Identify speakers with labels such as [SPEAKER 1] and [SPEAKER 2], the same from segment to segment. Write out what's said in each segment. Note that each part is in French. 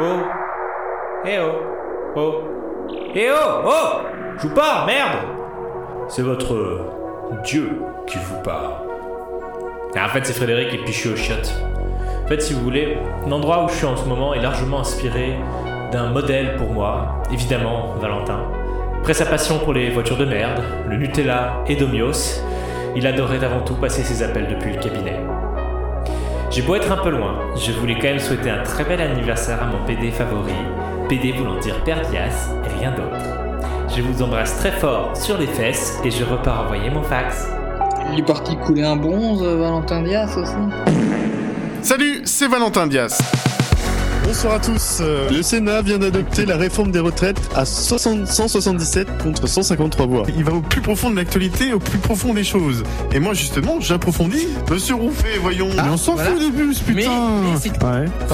[SPEAKER 1] Oh Eh oh Oh Eh oh Oh Joue pas, merde
[SPEAKER 2] C'est votre euh, Dieu qui vous parle. Ah, en fait, c'est Frédéric et puis je suis aux chiottes. En fait, si vous voulez, l'endroit où je suis en ce moment est largement inspiré d'un modèle pour moi, évidemment Valentin. Après sa passion pour les voitures de merde, le Nutella et Domios, il adorait avant tout passer ses appels depuis le cabinet. J'ai beau être un peu loin, je voulais quand même souhaiter un très bel anniversaire à mon PD favori, PD voulant dire Perdias et rien d'autre. Je vous embrasse très fort sur les fesses et je repars envoyer mon fax.
[SPEAKER 3] Il est parti couler un bronze, euh, Valentin Dias aussi.
[SPEAKER 4] Salut, c'est Valentin Dias.
[SPEAKER 5] Bonsoir à tous. Euh, Le Sénat vient d'adopter la réforme des retraites à 60 177 contre 153 voix.
[SPEAKER 4] Il va au plus profond de l'actualité, au plus profond des choses. Et moi, justement, j'approfondis. Monsieur Rouffet, voyons. mais on s'en
[SPEAKER 3] voilà.
[SPEAKER 4] fout des bus,
[SPEAKER 6] Ah, Mais,
[SPEAKER 4] putain.
[SPEAKER 6] mais c'est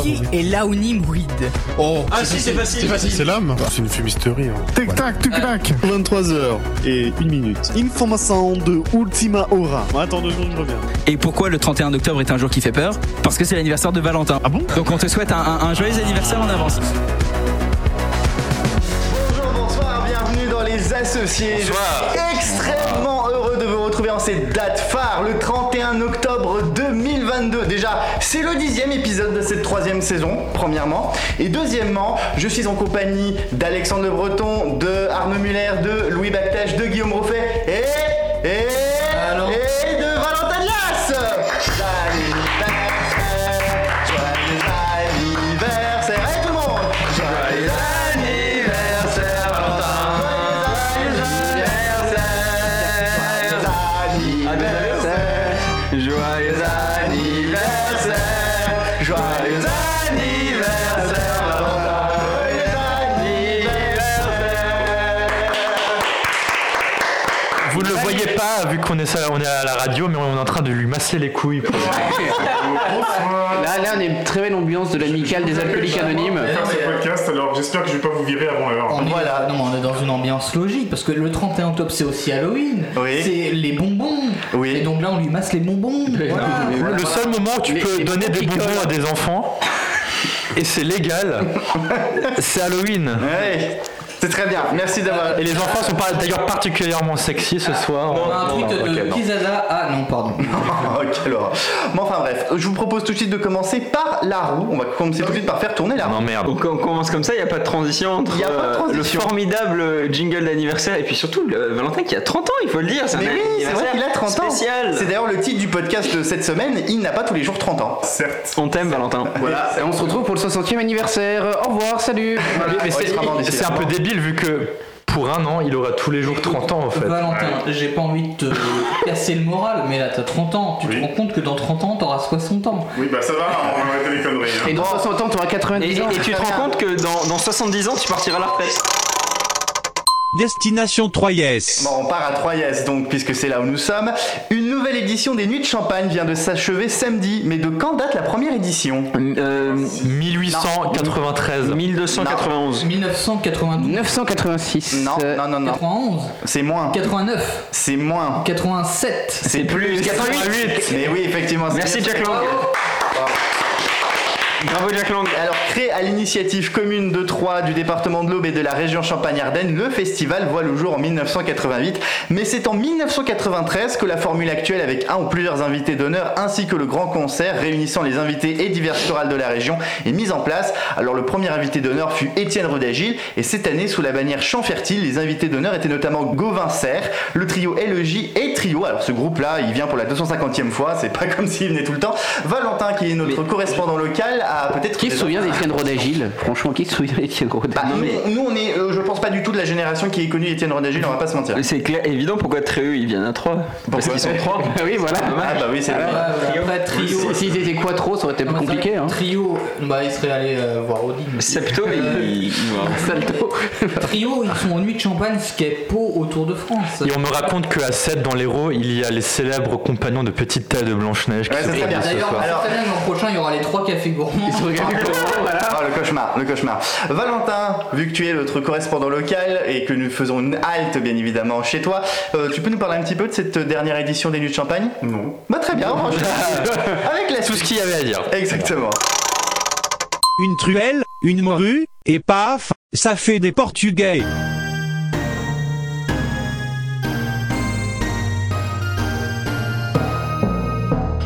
[SPEAKER 5] Ouais.
[SPEAKER 6] qui est Laonim Weed
[SPEAKER 5] Oh,
[SPEAKER 6] Ah si, c'est facile.
[SPEAKER 5] c'est l'homme.
[SPEAKER 4] C'est une fumisterie. hein. Tic-tac, tic-tac.
[SPEAKER 7] Euh,
[SPEAKER 5] 23h et 1 minute. Information de Ultima Aura. Attends deux secondes, je reviens.
[SPEAKER 8] Et pourquoi le 31 octobre est un jour qui fait peur Parce que c'est l'anniversaire de Valentin.
[SPEAKER 4] Ah bon
[SPEAKER 8] Donc on te souhaite un, un- un joyeux anniversaire en avance.
[SPEAKER 9] Bonjour, bonsoir, bienvenue dans les associés. Je suis extrêmement heureux de vous retrouver en cette date phare, le 31 octobre 2022. Déjà, c'est le dixième épisode de cette troisième saison, premièrement. Et deuxièmement, je suis en compagnie d'Alexandre Le Breton, de Arnaud Muller, de Louis Bactache, de Guillaume Roffet et, et, et de Valentin Dias. Joyeux anniversaire, joyeux anniversaire. Allez, tout le monde Joyeux anniversaire, Valentin Joyeux anniversaire Joyeux anniversaire Joyeux anniversaire, Valentin Joyeux anniversaire
[SPEAKER 10] Vous ne le voyez pas, vu qu'on est, ça- on est à la radio, mais on est en train de lui masser les couilles. pour-
[SPEAKER 3] Là, là, on est très belle ambiance de l'amicale des alcooliques anonymes.
[SPEAKER 7] podcast, alors j'espère que je vais pas vous virer avant l'heure.
[SPEAKER 6] On est-
[SPEAKER 9] Voilà.
[SPEAKER 6] non, mais on est dans une ambiance logique parce que le 31 octobre c'est aussi Halloween,
[SPEAKER 9] Oui.
[SPEAKER 6] c'est les bonbons.
[SPEAKER 9] Oui.
[SPEAKER 6] Et donc là on lui masse les bonbons. Voilà.
[SPEAKER 10] Le seul moment où tu
[SPEAKER 3] Les-
[SPEAKER 10] peux
[SPEAKER 3] les
[SPEAKER 10] donner des
[SPEAKER 3] picoles.
[SPEAKER 10] bonbons à des enfants, et c'est légal, c'est Halloween.
[SPEAKER 9] Ouais, C'est très bien, merci d'avoir...
[SPEAKER 10] Et les enfants sont pas- d'ailleurs particulièrement sexy ce soir.
[SPEAKER 6] On a un truc de
[SPEAKER 10] ok, non.
[SPEAKER 6] Kizada. Ah non, pardon.
[SPEAKER 9] Oh, quelle horreur. Mais enfin bref, je vous propose tout de suite de commencer par la roue. On va commencer tout de suite par faire tourner la roue.
[SPEAKER 10] Ah Non merde.
[SPEAKER 11] Donc on commence comme ça, il n'y a pas de transition entre
[SPEAKER 9] Y a pas de
[SPEAKER 11] euh,
[SPEAKER 9] transition.
[SPEAKER 11] le formidable euh, jingle d'anniversaire et puis surtout le- euh, Valentin qui a 30 ans, il faut le dire, c'est un
[SPEAKER 9] Mais oui, c'est vrai
[SPEAKER 11] anniversaire
[SPEAKER 9] qu'il a 30 ans.
[SPEAKER 11] spécial.
[SPEAKER 9] C'est d'ailleurs le titre du podcast de cette semaine. Il n'a pas tous les jours 30 ans.
[SPEAKER 7] Certes.
[SPEAKER 11] On t'aime Valentin.
[SPEAKER 3] Et on se retrouve pour le 60e anniversaire. Au revoir, salut.
[SPEAKER 10] Mais- mais
[SPEAKER 9] Ouais,
[SPEAKER 10] c'est-
[SPEAKER 9] il sera mort d'ici
[SPEAKER 10] c'est
[SPEAKER 9] là.
[SPEAKER 10] un peu débile vu que pour un an, il aura tous les jours 30 ans en fait. Ah
[SPEAKER 6] Valentin, j'ai pas envie de te casser le moral, mais là t'as 30 ans. Tu
[SPEAKER 7] Oui.
[SPEAKER 6] te rends compte que dans 30 ans t'auras 60 ans.
[SPEAKER 7] Oui, bah ça va, on va arrêter les conneries. hein.
[SPEAKER 3] Et dans 60 ans, t'auras
[SPEAKER 11] Et,
[SPEAKER 3] 90 ans.
[SPEAKER 11] et- et tu te rends compte que dans, dans 70 ans, tu partiras à la retraite.
[SPEAKER 12] Destination 3
[SPEAKER 9] Bon, on part à Troyes donc, puisque c'est là où nous sommes. Une nouvelle édition des Nuits de Champagne vient de s'achever samedi. Mais de quand date la première édition
[SPEAKER 11] Euh,
[SPEAKER 10] 1893.
[SPEAKER 11] 1291.
[SPEAKER 6] 1992,
[SPEAKER 3] 986.
[SPEAKER 9] Non,
[SPEAKER 3] Euh,
[SPEAKER 9] non, non, non.
[SPEAKER 6] 91,
[SPEAKER 9] C'est moins.
[SPEAKER 6] 89,
[SPEAKER 9] C'est moins.
[SPEAKER 6] 87.
[SPEAKER 9] C'est plus.
[SPEAKER 11] 88.
[SPEAKER 9] Mais oui, effectivement. c'est-
[SPEAKER 11] Merci Jack Lang. Bravo Jack Lang.
[SPEAKER 9] Alors, créé à l'initiative commune de Troyes, du département de l'Aube et de la région Champagne-Ardenne, le festival voit le jour en 1988. Mais c'est en 1993 que la formule actuelle, avec un ou plusieurs invités d'honneur, ainsi que le grand concert réunissant les invités et diverses chorales de la région, est mise en place. Alors, le premier invité d'honneur fut Étienne Rodagil, et cette année, sous la bannière Champ Fertile, les invités d'honneur étaient notamment Gauvin Serre, le trio LEJ et Trio. Alors, ce groupe-là, il vient pour la 250e fois, c'est pas comme s'il venait tout le temps. Valentin, qui est notre correspondant local, a peut-être
[SPEAKER 3] Qui se souvient d'Étienne Rodagil Franchement, qui se souvient d'Étienne Rodagil
[SPEAKER 9] bah, nous, nous, on est, euh, je pense pas du tout de la génération qui est connue Étienne Rodagil, on va pas se mentir.
[SPEAKER 11] C'est clair, évident pourquoi Tréeux ils viennent à 3. Parce qu'ils sont 3.
[SPEAKER 3] Ah oui, voilà.
[SPEAKER 9] Ah bah oui, c'est vrai.
[SPEAKER 6] Ah, voilà. Après, trio.
[SPEAKER 3] Si- S'ils étaient quoi trop, ça aurait été
[SPEAKER 6] Non,
[SPEAKER 3] plus
[SPEAKER 6] mais c'est vrai
[SPEAKER 3] compliqué.
[SPEAKER 6] que
[SPEAKER 3] Hein.
[SPEAKER 6] Trio, bah, ils seraient allés euh, voir Odin.
[SPEAKER 11] Septo,
[SPEAKER 6] Euh,
[SPEAKER 11] ils.
[SPEAKER 3] Salto.
[SPEAKER 6] Trio, ils sont en nuit de champagne, ce qui est Pau autour de France.
[SPEAKER 10] Et on me raconte qu'à 7 dans l'Hérault, il y a les célèbres compagnons de Petite Taille de Blanche-Neige qui
[SPEAKER 9] Ouais,
[SPEAKER 10] se
[SPEAKER 9] ça serait
[SPEAKER 10] produisent
[SPEAKER 9] bien.
[SPEAKER 10] ce
[SPEAKER 6] D'ailleurs,
[SPEAKER 10] soir.
[SPEAKER 9] Alors-
[SPEAKER 6] cette année, l'an prochain, il y aura les trois cafés gourmands.
[SPEAKER 3] Ils se regardent comment, voilà.
[SPEAKER 9] Ah, le cauchemar, le cauchemar. Valentin, vu que tu es notre correspondant local et que nous faisons une halte bien évidemment chez toi, euh, tu peux nous parler un petit peu de cette dernière édition des Nuits de Champagne
[SPEAKER 7] Non.
[SPEAKER 9] Bah très bien, on va enchaîner. avec la
[SPEAKER 10] Tout ce qu'il y avait à dire.
[SPEAKER 9] Exactement.
[SPEAKER 12] Une truelle une morue, et paf, ça fait des Portugais.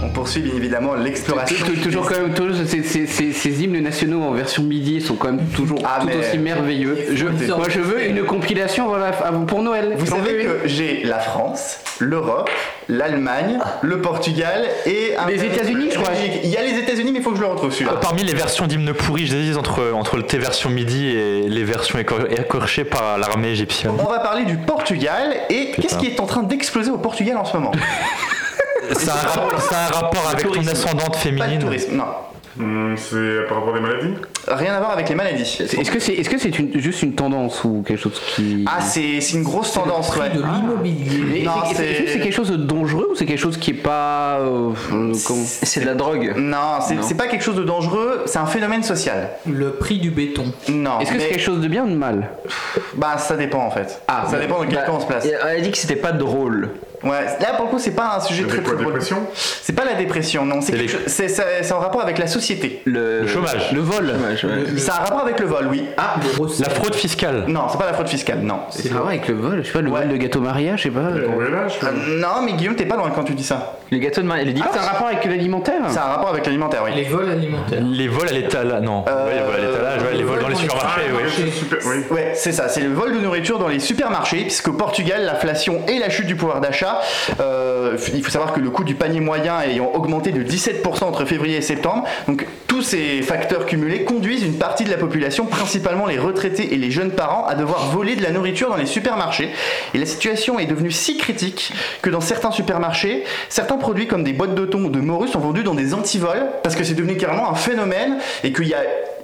[SPEAKER 9] On poursuit bien évidemment l'exploration.
[SPEAKER 3] Tou- Toujours quand même, toujours, ces, ces- ces- ces hymnes nationaux en version midi sont quand même toujours tout
[SPEAKER 9] mais-
[SPEAKER 3] aussi merveilleux. Je,
[SPEAKER 9] Écoutez.
[SPEAKER 3] moi, je veux une compilation voilà, à vous pour Noël.
[SPEAKER 9] Vous
[SPEAKER 3] J'en veux
[SPEAKER 9] savez
[SPEAKER 3] une.
[SPEAKER 9] que j'ai la France, l'Europe, l'Allemagne, le Portugal et un-
[SPEAKER 3] Ah. Les États-Unis, je crois. Ah,
[SPEAKER 9] Il y a les États-Unis, mais il faut que je le retrouve celui-là.
[SPEAKER 10] Parmi les versions d'hymne pourri, je hésite entre, entre le- tes versions midi et les versions écor- écorchées par l'armée égyptienne.
[SPEAKER 9] On va parler du Portugal et
[SPEAKER 10] Putain.
[SPEAKER 9] qu'est-ce qui est en train d'exploser au Portugal en ce moment
[SPEAKER 10] Ça a, un rap- ça a un rapport avec ton ascendante féminine.
[SPEAKER 9] Pas de tourisme, non.
[SPEAKER 7] Hmm, c'est euh, par rapport à des maladies
[SPEAKER 9] Rien à voir avec les maladies.
[SPEAKER 3] C'est- Est-ce que c'est est-ce que c'est une- juste une tendance ou quelque chose qui.
[SPEAKER 9] Ah, c'est c'est une grosse tendance, ouais.
[SPEAKER 6] de l'immobilier.
[SPEAKER 3] Mais
[SPEAKER 9] Non,
[SPEAKER 3] c'est-
[SPEAKER 9] c'est-
[SPEAKER 3] est-ce que c'est quelque chose de dangereux ou c'est quelque chose qui est pas. euh, euh, comment-
[SPEAKER 11] C'est de la drogue.
[SPEAKER 9] Non, c'est
[SPEAKER 3] Non.
[SPEAKER 9] c'est pas quelque chose de dangereux, c'est un phénomène social.
[SPEAKER 6] Le prix du béton.
[SPEAKER 9] Non.
[SPEAKER 3] Est-ce que c'est
[SPEAKER 9] mais-
[SPEAKER 3] quelque chose de bien ou de mal
[SPEAKER 9] Bah, ça dépend en fait.
[SPEAKER 3] Ah,
[SPEAKER 9] ça dépend dans quel
[SPEAKER 11] bah,
[SPEAKER 9] camp on se place.
[SPEAKER 11] et On a dit que c'était pas drôle.
[SPEAKER 9] Ouais, là pour le coup, c'est pas un sujet très
[SPEAKER 7] quoi,
[SPEAKER 9] très drôle.
[SPEAKER 7] dépression
[SPEAKER 9] C'est pas la dépression, non. C'est quelque chose- c'est- c'est- c'est en rapport avec la société.
[SPEAKER 11] Le,
[SPEAKER 10] chômage.
[SPEAKER 11] Le vol. Chômage, ouais.
[SPEAKER 9] Ça a un rapport avec le vol, oui.
[SPEAKER 6] Ah, le gros-
[SPEAKER 10] La fraude fiscale.
[SPEAKER 9] Non, c'est pas la fraude fiscale, non.
[SPEAKER 3] C'est pas vrai avec le vol, je sais pas, le vol de gâteau Maria, je sais pas. euh,
[SPEAKER 9] Euh, non, mais Guillaume, t'es pas loin quand tu dis ça.
[SPEAKER 11] Le gâteau de Marie, le
[SPEAKER 3] Ah,
[SPEAKER 11] divorce.
[SPEAKER 3] c'est un rapport avec
[SPEAKER 11] Ah.
[SPEAKER 3] l'alimentaire
[SPEAKER 9] Ça a un rapport avec l'alimentaire, oui.
[SPEAKER 6] Les vols alimentaires.
[SPEAKER 10] Les vols à l'étalage. Non.
[SPEAKER 9] Euh,
[SPEAKER 10] Ouais, les vols à l'étalage, ouais, les vols dans les supermarchés, ouais.
[SPEAKER 7] Super, Ah, oui.
[SPEAKER 9] Ouais, c'est ça, c'est le vol de nourriture dans les supermarchés, puisque au Portugal, l'inflation et la chute du pouvoir d'achat, euh, il faut savoir que le coût du panier moyen ayant augmenté de 17% entre février et septembre, donc tous ces facteurs cumulés conduisent une partie de la population, principalement les retraités et les jeunes parents, à devoir voler de la nourriture dans les supermarchés. Et la situation est devenue si critique que dans certains supermarchés, certains produits comme des boîtes de thon ou de morue sont vendus dans des antivols, parce que c'est devenu carrément un phénomène et qu'il y a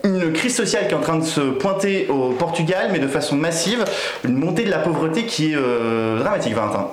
[SPEAKER 9] une crise sociale qui est en train de se pointer au Portugal, mais de façon massive, une montée de la pauvreté qui est euh, dramatique, Valentin.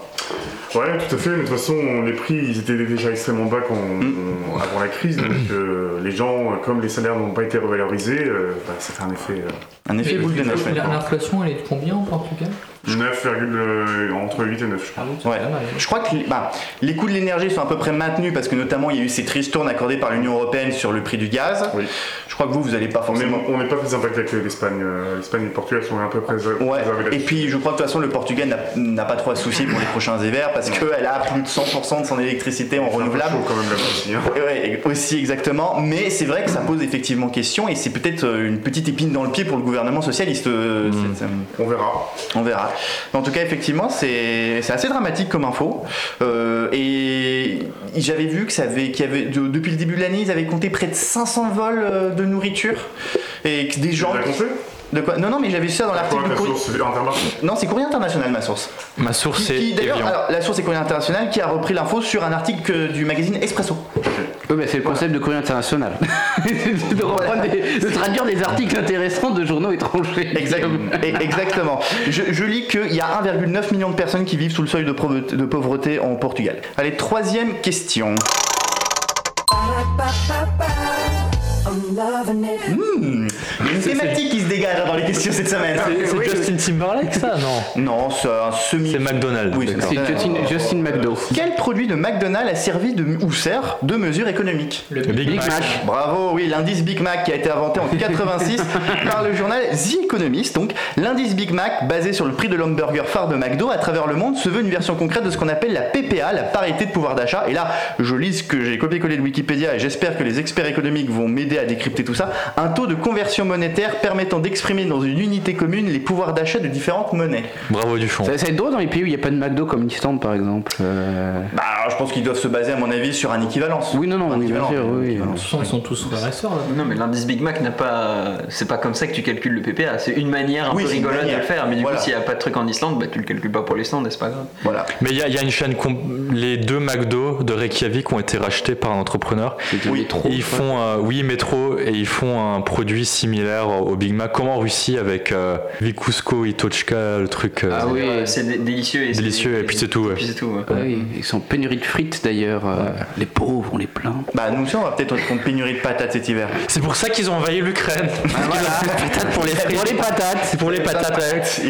[SPEAKER 7] Ouais, tout à fait. Mais de toute façon, les prix, ils étaient déjà extrêmement bas quand,
[SPEAKER 9] Mm.
[SPEAKER 7] avant la crise. Donc,
[SPEAKER 10] Mm.
[SPEAKER 7] euh, les gens, euh, comme les salaires n'ont pas été revalorisés, euh, bah, c'était un effet. euh,
[SPEAKER 9] Un effet
[SPEAKER 6] Et-
[SPEAKER 9] boule de neige.
[SPEAKER 6] la- L'inflation, elle est de combien en Portugal
[SPEAKER 7] 9, euh, entre 8 et 9, je crois.
[SPEAKER 9] Ouais. Je crois que bah, les coûts de l'énergie sont à peu près maintenus parce que notamment il y a eu ces tristournes accordées par l'Union Européenne sur le prix du gaz.
[SPEAKER 7] Oui.
[SPEAKER 9] Je crois que vous, vous n'allez pas
[SPEAKER 7] On n'est
[SPEAKER 9] forcément...
[SPEAKER 7] pas plus impacté que l'Espagne. euh, L'Espagne et le Portugal sont à peu près préservés
[SPEAKER 9] Ouais.
[SPEAKER 7] là-dessus.
[SPEAKER 9] Et puis je crois que de toute façon le Portugal n'a- n'a pas trop à se soucier pour les prochains hivers parce qu'elle a plus de 100% de son électricité en
[SPEAKER 7] C'est un peu
[SPEAKER 9] renouvelable.
[SPEAKER 7] chaud quand même là-bas aussi. hein.
[SPEAKER 9] Et ouais, aussi exactement, mais c'est vrai que ça pose effectivement question et c'est peut-être euh, une petite épine dans le pied pour le gouvernement socialiste. euh, c'est- c'est-
[SPEAKER 7] Hmm. On verra.
[SPEAKER 9] On verra. Mais en tout cas, effectivement, c'est c'est assez dramatique comme info. Euh, et j'avais vu que ça avait, qu'il y avait de- depuis le début de l'année, ils avaient compté près de 500 vols euh, de nourriture et que des gens.
[SPEAKER 7] Tu l'as compté
[SPEAKER 9] De quoi Non, non, mais j'avais vu ça dans
[SPEAKER 7] Quoi,
[SPEAKER 9] l'article.
[SPEAKER 7] la
[SPEAKER 9] du Courrier-
[SPEAKER 7] source intermarché
[SPEAKER 9] Non, c'est Courrier International, ma source.
[SPEAKER 10] Ma source
[SPEAKER 9] Qui- qui,
[SPEAKER 10] c'est
[SPEAKER 9] d'ailleurs,
[SPEAKER 10] Evian.
[SPEAKER 9] alors, la source est Courrier International qui a repris l'info sur un article euh, du magazine Espresso.
[SPEAKER 3] Oui, mais c'est le concept de courrier international. de, reprendre des- de traduire des articles intéressants de journaux étrangers.
[SPEAKER 9] Exact- e- Exactement. Je, je lis qu'il y a 1,9 million de personnes qui vivent sous le seuil de, pauvreté- de pauvreté en Portugal. Allez, troisième question. Hmm, il y a une thématique qui se dégage dans les questions cette semaine.
[SPEAKER 10] C'est
[SPEAKER 9] Oui,
[SPEAKER 10] Justin Timberlake ça Non.
[SPEAKER 9] Non, c'est un semi.
[SPEAKER 10] C'est McDonald's.
[SPEAKER 9] Oui, c'est
[SPEAKER 10] d'accord.
[SPEAKER 3] C'est
[SPEAKER 9] McDonald's.
[SPEAKER 3] Justin, Justin McDo.
[SPEAKER 9] Quel produit de McDonald's a servi de, ou sert de mesure économique
[SPEAKER 6] Le
[SPEAKER 10] Le Big
[SPEAKER 3] Big
[SPEAKER 10] Mac.
[SPEAKER 3] Mac.
[SPEAKER 9] Bravo, oui, l'indice Big Mac qui a été inventé en 86 par le journal The Economist. Donc, l'indice Big Mac, basé sur le prix de l'hamburger phare de McDo à travers le monde, se veut une version concrète de ce qu'on appelle la PPA, la parité de pouvoir d'achat. Et là, je lis ce que j'ai copié-collé de Wikipédia et j'espère que les experts économiques vont m'aider à décrypter tout ça. Un taux de conversion monétaire permettant d'exprimer dans une unité commune les pouvoirs d'achat de différentes monnaies.
[SPEAKER 10] Bravo Duchon.
[SPEAKER 3] Ça, ça va être drôle dans les pays où il n'y a pas de McDo comme l'Islande par exemple. Euh,
[SPEAKER 9] Bah, alors, je pense qu'ils doivent se baser, à mon avis, sur un équivalence.
[SPEAKER 3] Oui, non, non, oui, bien
[SPEAKER 9] équivalent.
[SPEAKER 3] sûr, oui.
[SPEAKER 9] Équivalent.
[SPEAKER 6] De toute façon, ils sont tous frères et sœurs là.
[SPEAKER 11] Non mais l'indice Big Mac n'a pas. C'est pas comme ça que tu calcules le PPA. C'est une manière un
[SPEAKER 9] Oui,
[SPEAKER 11] peu
[SPEAKER 9] c'est une
[SPEAKER 11] rigolote de
[SPEAKER 9] manière.
[SPEAKER 11] le faire. Mais du
[SPEAKER 9] Voilà.
[SPEAKER 11] coup, s'il n'y a pas de truc en Islande, bah tu le calcules pas pour l'Islande, et c'est pas grave.
[SPEAKER 9] Voilà.
[SPEAKER 10] Mais il y, a- il y a une chaîne, com- les deux McDo de Reykjavik ont été rachetés par un entrepreneur.
[SPEAKER 9] Oui.
[SPEAKER 10] Et ils font, euh, oui, métro, et ils font un produit similaire au Big Mac, comme en Russie avec euh, Vikusko, Itochka, le truc. euh,
[SPEAKER 3] Ah oui.
[SPEAKER 11] Euh, C'est dé- délicieux. Et c'est-
[SPEAKER 10] Délicieux, et puis c'est tout, ouais.
[SPEAKER 11] puis c'est tout. ouais.
[SPEAKER 3] ah oui, ils sont en pénurie de frites d'ailleurs. euh, les pauvres, on les plaint.
[SPEAKER 9] Bah, nous aussi, on va peut-être être en pénurie de patates cet hiver.
[SPEAKER 10] C'est pour ça qu'ils ont envahi l'Ukraine.
[SPEAKER 3] patates pour les frites. Ah, Pour les patates.
[SPEAKER 10] C'est pour les patates. ouais.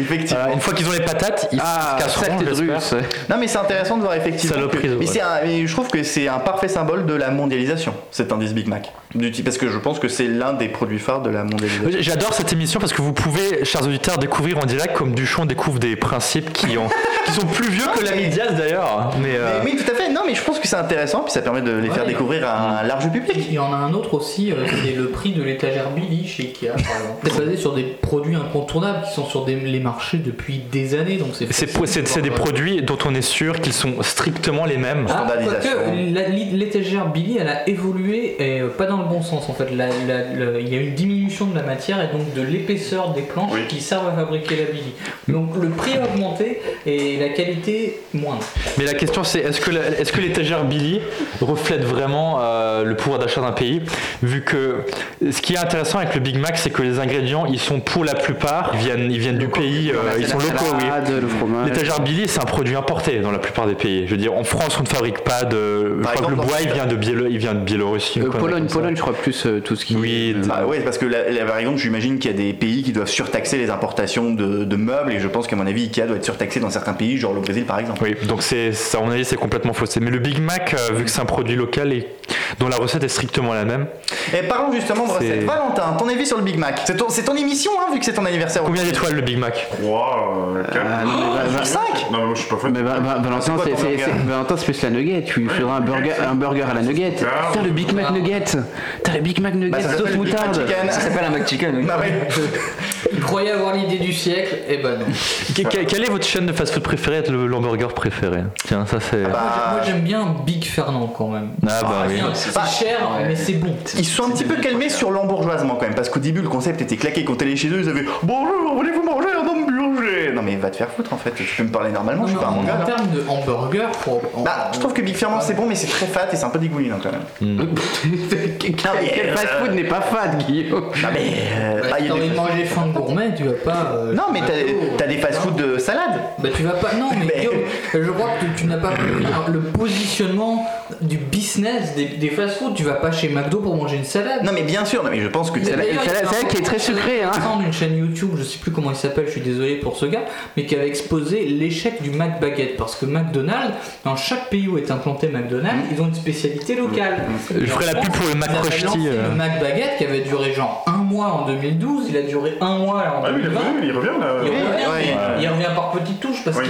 [SPEAKER 9] Effectivement.
[SPEAKER 10] Voilà, une fois qu'ils ont les patates, ils
[SPEAKER 3] Ah,
[SPEAKER 10] se
[SPEAKER 3] ça
[SPEAKER 10] casseront,
[SPEAKER 3] c'est
[SPEAKER 10] j'espère.
[SPEAKER 3] russe.
[SPEAKER 9] Non, mais c'est intéressant de voir effectivement.
[SPEAKER 10] Saloperie,
[SPEAKER 9] que-
[SPEAKER 10] ouais.
[SPEAKER 9] mais, c'est un- mais je trouve que c'est un parfait symbole de la mondialisation, cet indice Big Mac. du type, parce que je pense que c'est l'un des produits phares de la mondialisation.
[SPEAKER 10] J'adore cette émission parce que vous pouvez, chers auditeurs, découvrir en direct comme Duchon découvre des principes qui, ont, qui sont plus vieux que la Midias d'ailleurs. Mais, euh,
[SPEAKER 9] Mais oui, tout à fait. Non, mais je pense que c'est intéressant, puis ça permet de les faire découvrir à un large public.
[SPEAKER 6] Il y en a un autre aussi, euh, c'est le prix de l'étagère Billy chez Ikea, par exemple. C'est basé sur des produits incontournables qui sont sur des- les marchés depuis des années, donc c'est
[SPEAKER 10] c'est
[SPEAKER 6] facile
[SPEAKER 10] po- c'est-
[SPEAKER 6] de
[SPEAKER 10] c'est des
[SPEAKER 6] voir, euh,
[SPEAKER 10] produits dont on est sûr qu'ils sont strictement les mêmes.
[SPEAKER 6] Ah, quoique, la- l'étagère Billy, elle a évolué et euh, pas dans le bon sens en fait. La- la- la- il y a une diminution de la matière et donc de l'épaisseur des planches qui servent à fabriquer la Billy. Donc le prix a augmenté et la qualité moindre.
[SPEAKER 10] Mais la question c'est est-ce que, la- est-ce que l'étagère Billy reflète vraiment euh, le pouvoir d'achat d'un pays Vu que ce qui est intéressant avec le Big Mac, c'est que les ingrédients, ils sont pour la plupart, ils viennent, ils viennent du pays, euh, ils sont
[SPEAKER 3] la
[SPEAKER 10] locaux. oui.
[SPEAKER 3] salade, le fromage.
[SPEAKER 10] L'étagère Billy, c'est un produit importé dans la plupart des pays. Je veux dire, en France, on ne fabrique pas de. Je
[SPEAKER 9] Par
[SPEAKER 10] crois que
[SPEAKER 9] exemple,
[SPEAKER 10] le
[SPEAKER 9] dans-
[SPEAKER 10] bois, il vient de, Biélo- il vient de Biélorussie. ou
[SPEAKER 11] Euh,
[SPEAKER 3] Euh,
[SPEAKER 10] quoi,
[SPEAKER 9] Pologne,
[SPEAKER 10] comme ça.
[SPEAKER 9] Pologne, je crois plus tout ce qui.
[SPEAKER 10] Oui,
[SPEAKER 9] bah ouais, parce que là, là, par exemple, j'imagine qu'il y a des pays qui doivent surtaxer les importations de, de meubles, et je pense qu'à mon avis, Ikea doit être surtaxé dans certains pays, genre le Brésil par exemple.
[SPEAKER 10] Oui, donc c'est, ça, à mon avis, c'est complètement faussé. Mais le Big Mac, euh, vu que c'est un produit local et dont la recette est strictement la même.
[SPEAKER 9] Et parlons justement de
[SPEAKER 10] C'est-
[SPEAKER 9] recettes. Valentin, ton avis sur le Big Mac C'est ton, c'est ton émission, hein, vu que c'est ton anniversaire.
[SPEAKER 10] Combien d'étoiles le Big Mac
[SPEAKER 7] 3, 4. Non, mais moi je suis pas fan.
[SPEAKER 3] Mais Val- Val-
[SPEAKER 9] Ah,
[SPEAKER 3] Valentin,
[SPEAKER 7] C'est quoi
[SPEAKER 3] c'est-
[SPEAKER 7] ton
[SPEAKER 3] c'est
[SPEAKER 7] burger
[SPEAKER 3] c'est- Valentin, c'est plus la nugget. Tu lui feras un burger, un burger à la nugget. T'as le Big Mac nugget. T'as le Big Mac nugget
[SPEAKER 9] Bah, ça s'appelle
[SPEAKER 3] sauce
[SPEAKER 9] le Big Mac
[SPEAKER 3] moutarde.
[SPEAKER 9] chicken. Ça s'appelle
[SPEAKER 3] un McChicken.
[SPEAKER 9] Bah ouais.
[SPEAKER 6] Il croyait avoir l'idée du siècle, et ben non.
[SPEAKER 10] Que- que- Quelle est votre chaîne de fast-food préférée, le l'hamburger préféré Tiens, ça c'est.
[SPEAKER 9] Ah bah,
[SPEAKER 6] Moi j'aime bien Big Fernand quand même.
[SPEAKER 10] Ah, bah oui.
[SPEAKER 6] C'est cher, mais c'est bon.
[SPEAKER 9] Ils se sont un petit peu calmés sur l'embourgeoisement quand même, parce qu'au début le concept était claqué. Quand t'allais chez eux, ils avaient Bonjour, voulez-vous manger un hamburger Non mais va te faire foutre en fait, tu peux me parler normalement, je suis pas un
[SPEAKER 6] En
[SPEAKER 9] manga.
[SPEAKER 6] termes de hamburger, pour- en-
[SPEAKER 9] Bah, je trouve que Big Fernand c'est bon, mais c'est très fat et c'est un peu dégoulinant quand même.
[SPEAKER 3] Quel fast-food n'est pas fat, Guillaume
[SPEAKER 9] Non mais. euh,
[SPEAKER 6] Bah,
[SPEAKER 9] bah, il
[SPEAKER 6] si t'as
[SPEAKER 9] y a des-
[SPEAKER 6] envie de manger fin de gourmet, tu vas pas. euh,
[SPEAKER 9] Non mais
[SPEAKER 6] chez
[SPEAKER 9] t'as
[SPEAKER 6] McDo.
[SPEAKER 9] t'as des fast-food de salade
[SPEAKER 6] Bah tu vas pas. Non mais, Guillaume, je crois que tu, tu n'as pas compris le positionnement du business des, des fast-food. Tu vas pas chez McDo pour manger une salade.
[SPEAKER 9] Non mais bien sûr, non mais je pense que
[SPEAKER 6] Mais d'ailleurs, il y a un-
[SPEAKER 9] hein.
[SPEAKER 6] il semble une chaîne YouTube, je sais plus comment il s'appelle, je suis désolé pour ce gars, mais qui avait exposé l'échec du McBaguette parce que McDonald's, dans chaque pays où est implanté McDonald's,
[SPEAKER 9] Mmh.
[SPEAKER 6] ils ont une spécialité locale.
[SPEAKER 10] Je
[SPEAKER 6] Et
[SPEAKER 10] ferai
[SPEAKER 6] en
[SPEAKER 10] la
[SPEAKER 6] France,
[SPEAKER 10] pub pour le
[SPEAKER 6] ils
[SPEAKER 10] Mac
[SPEAKER 6] avaient
[SPEAKER 10] Crusty,
[SPEAKER 6] lancé
[SPEAKER 10] euh.
[SPEAKER 6] Le McBaguette qui avait duré genre un mois en 2012, il a duré un mois là en
[SPEAKER 7] Ah oui, il
[SPEAKER 6] 2020.
[SPEAKER 7] revient, il revient, là.
[SPEAKER 6] Il
[SPEAKER 7] Oui,
[SPEAKER 6] revient,
[SPEAKER 7] ouais,
[SPEAKER 6] mais
[SPEAKER 7] ouais.
[SPEAKER 6] il revient par petites touches parce que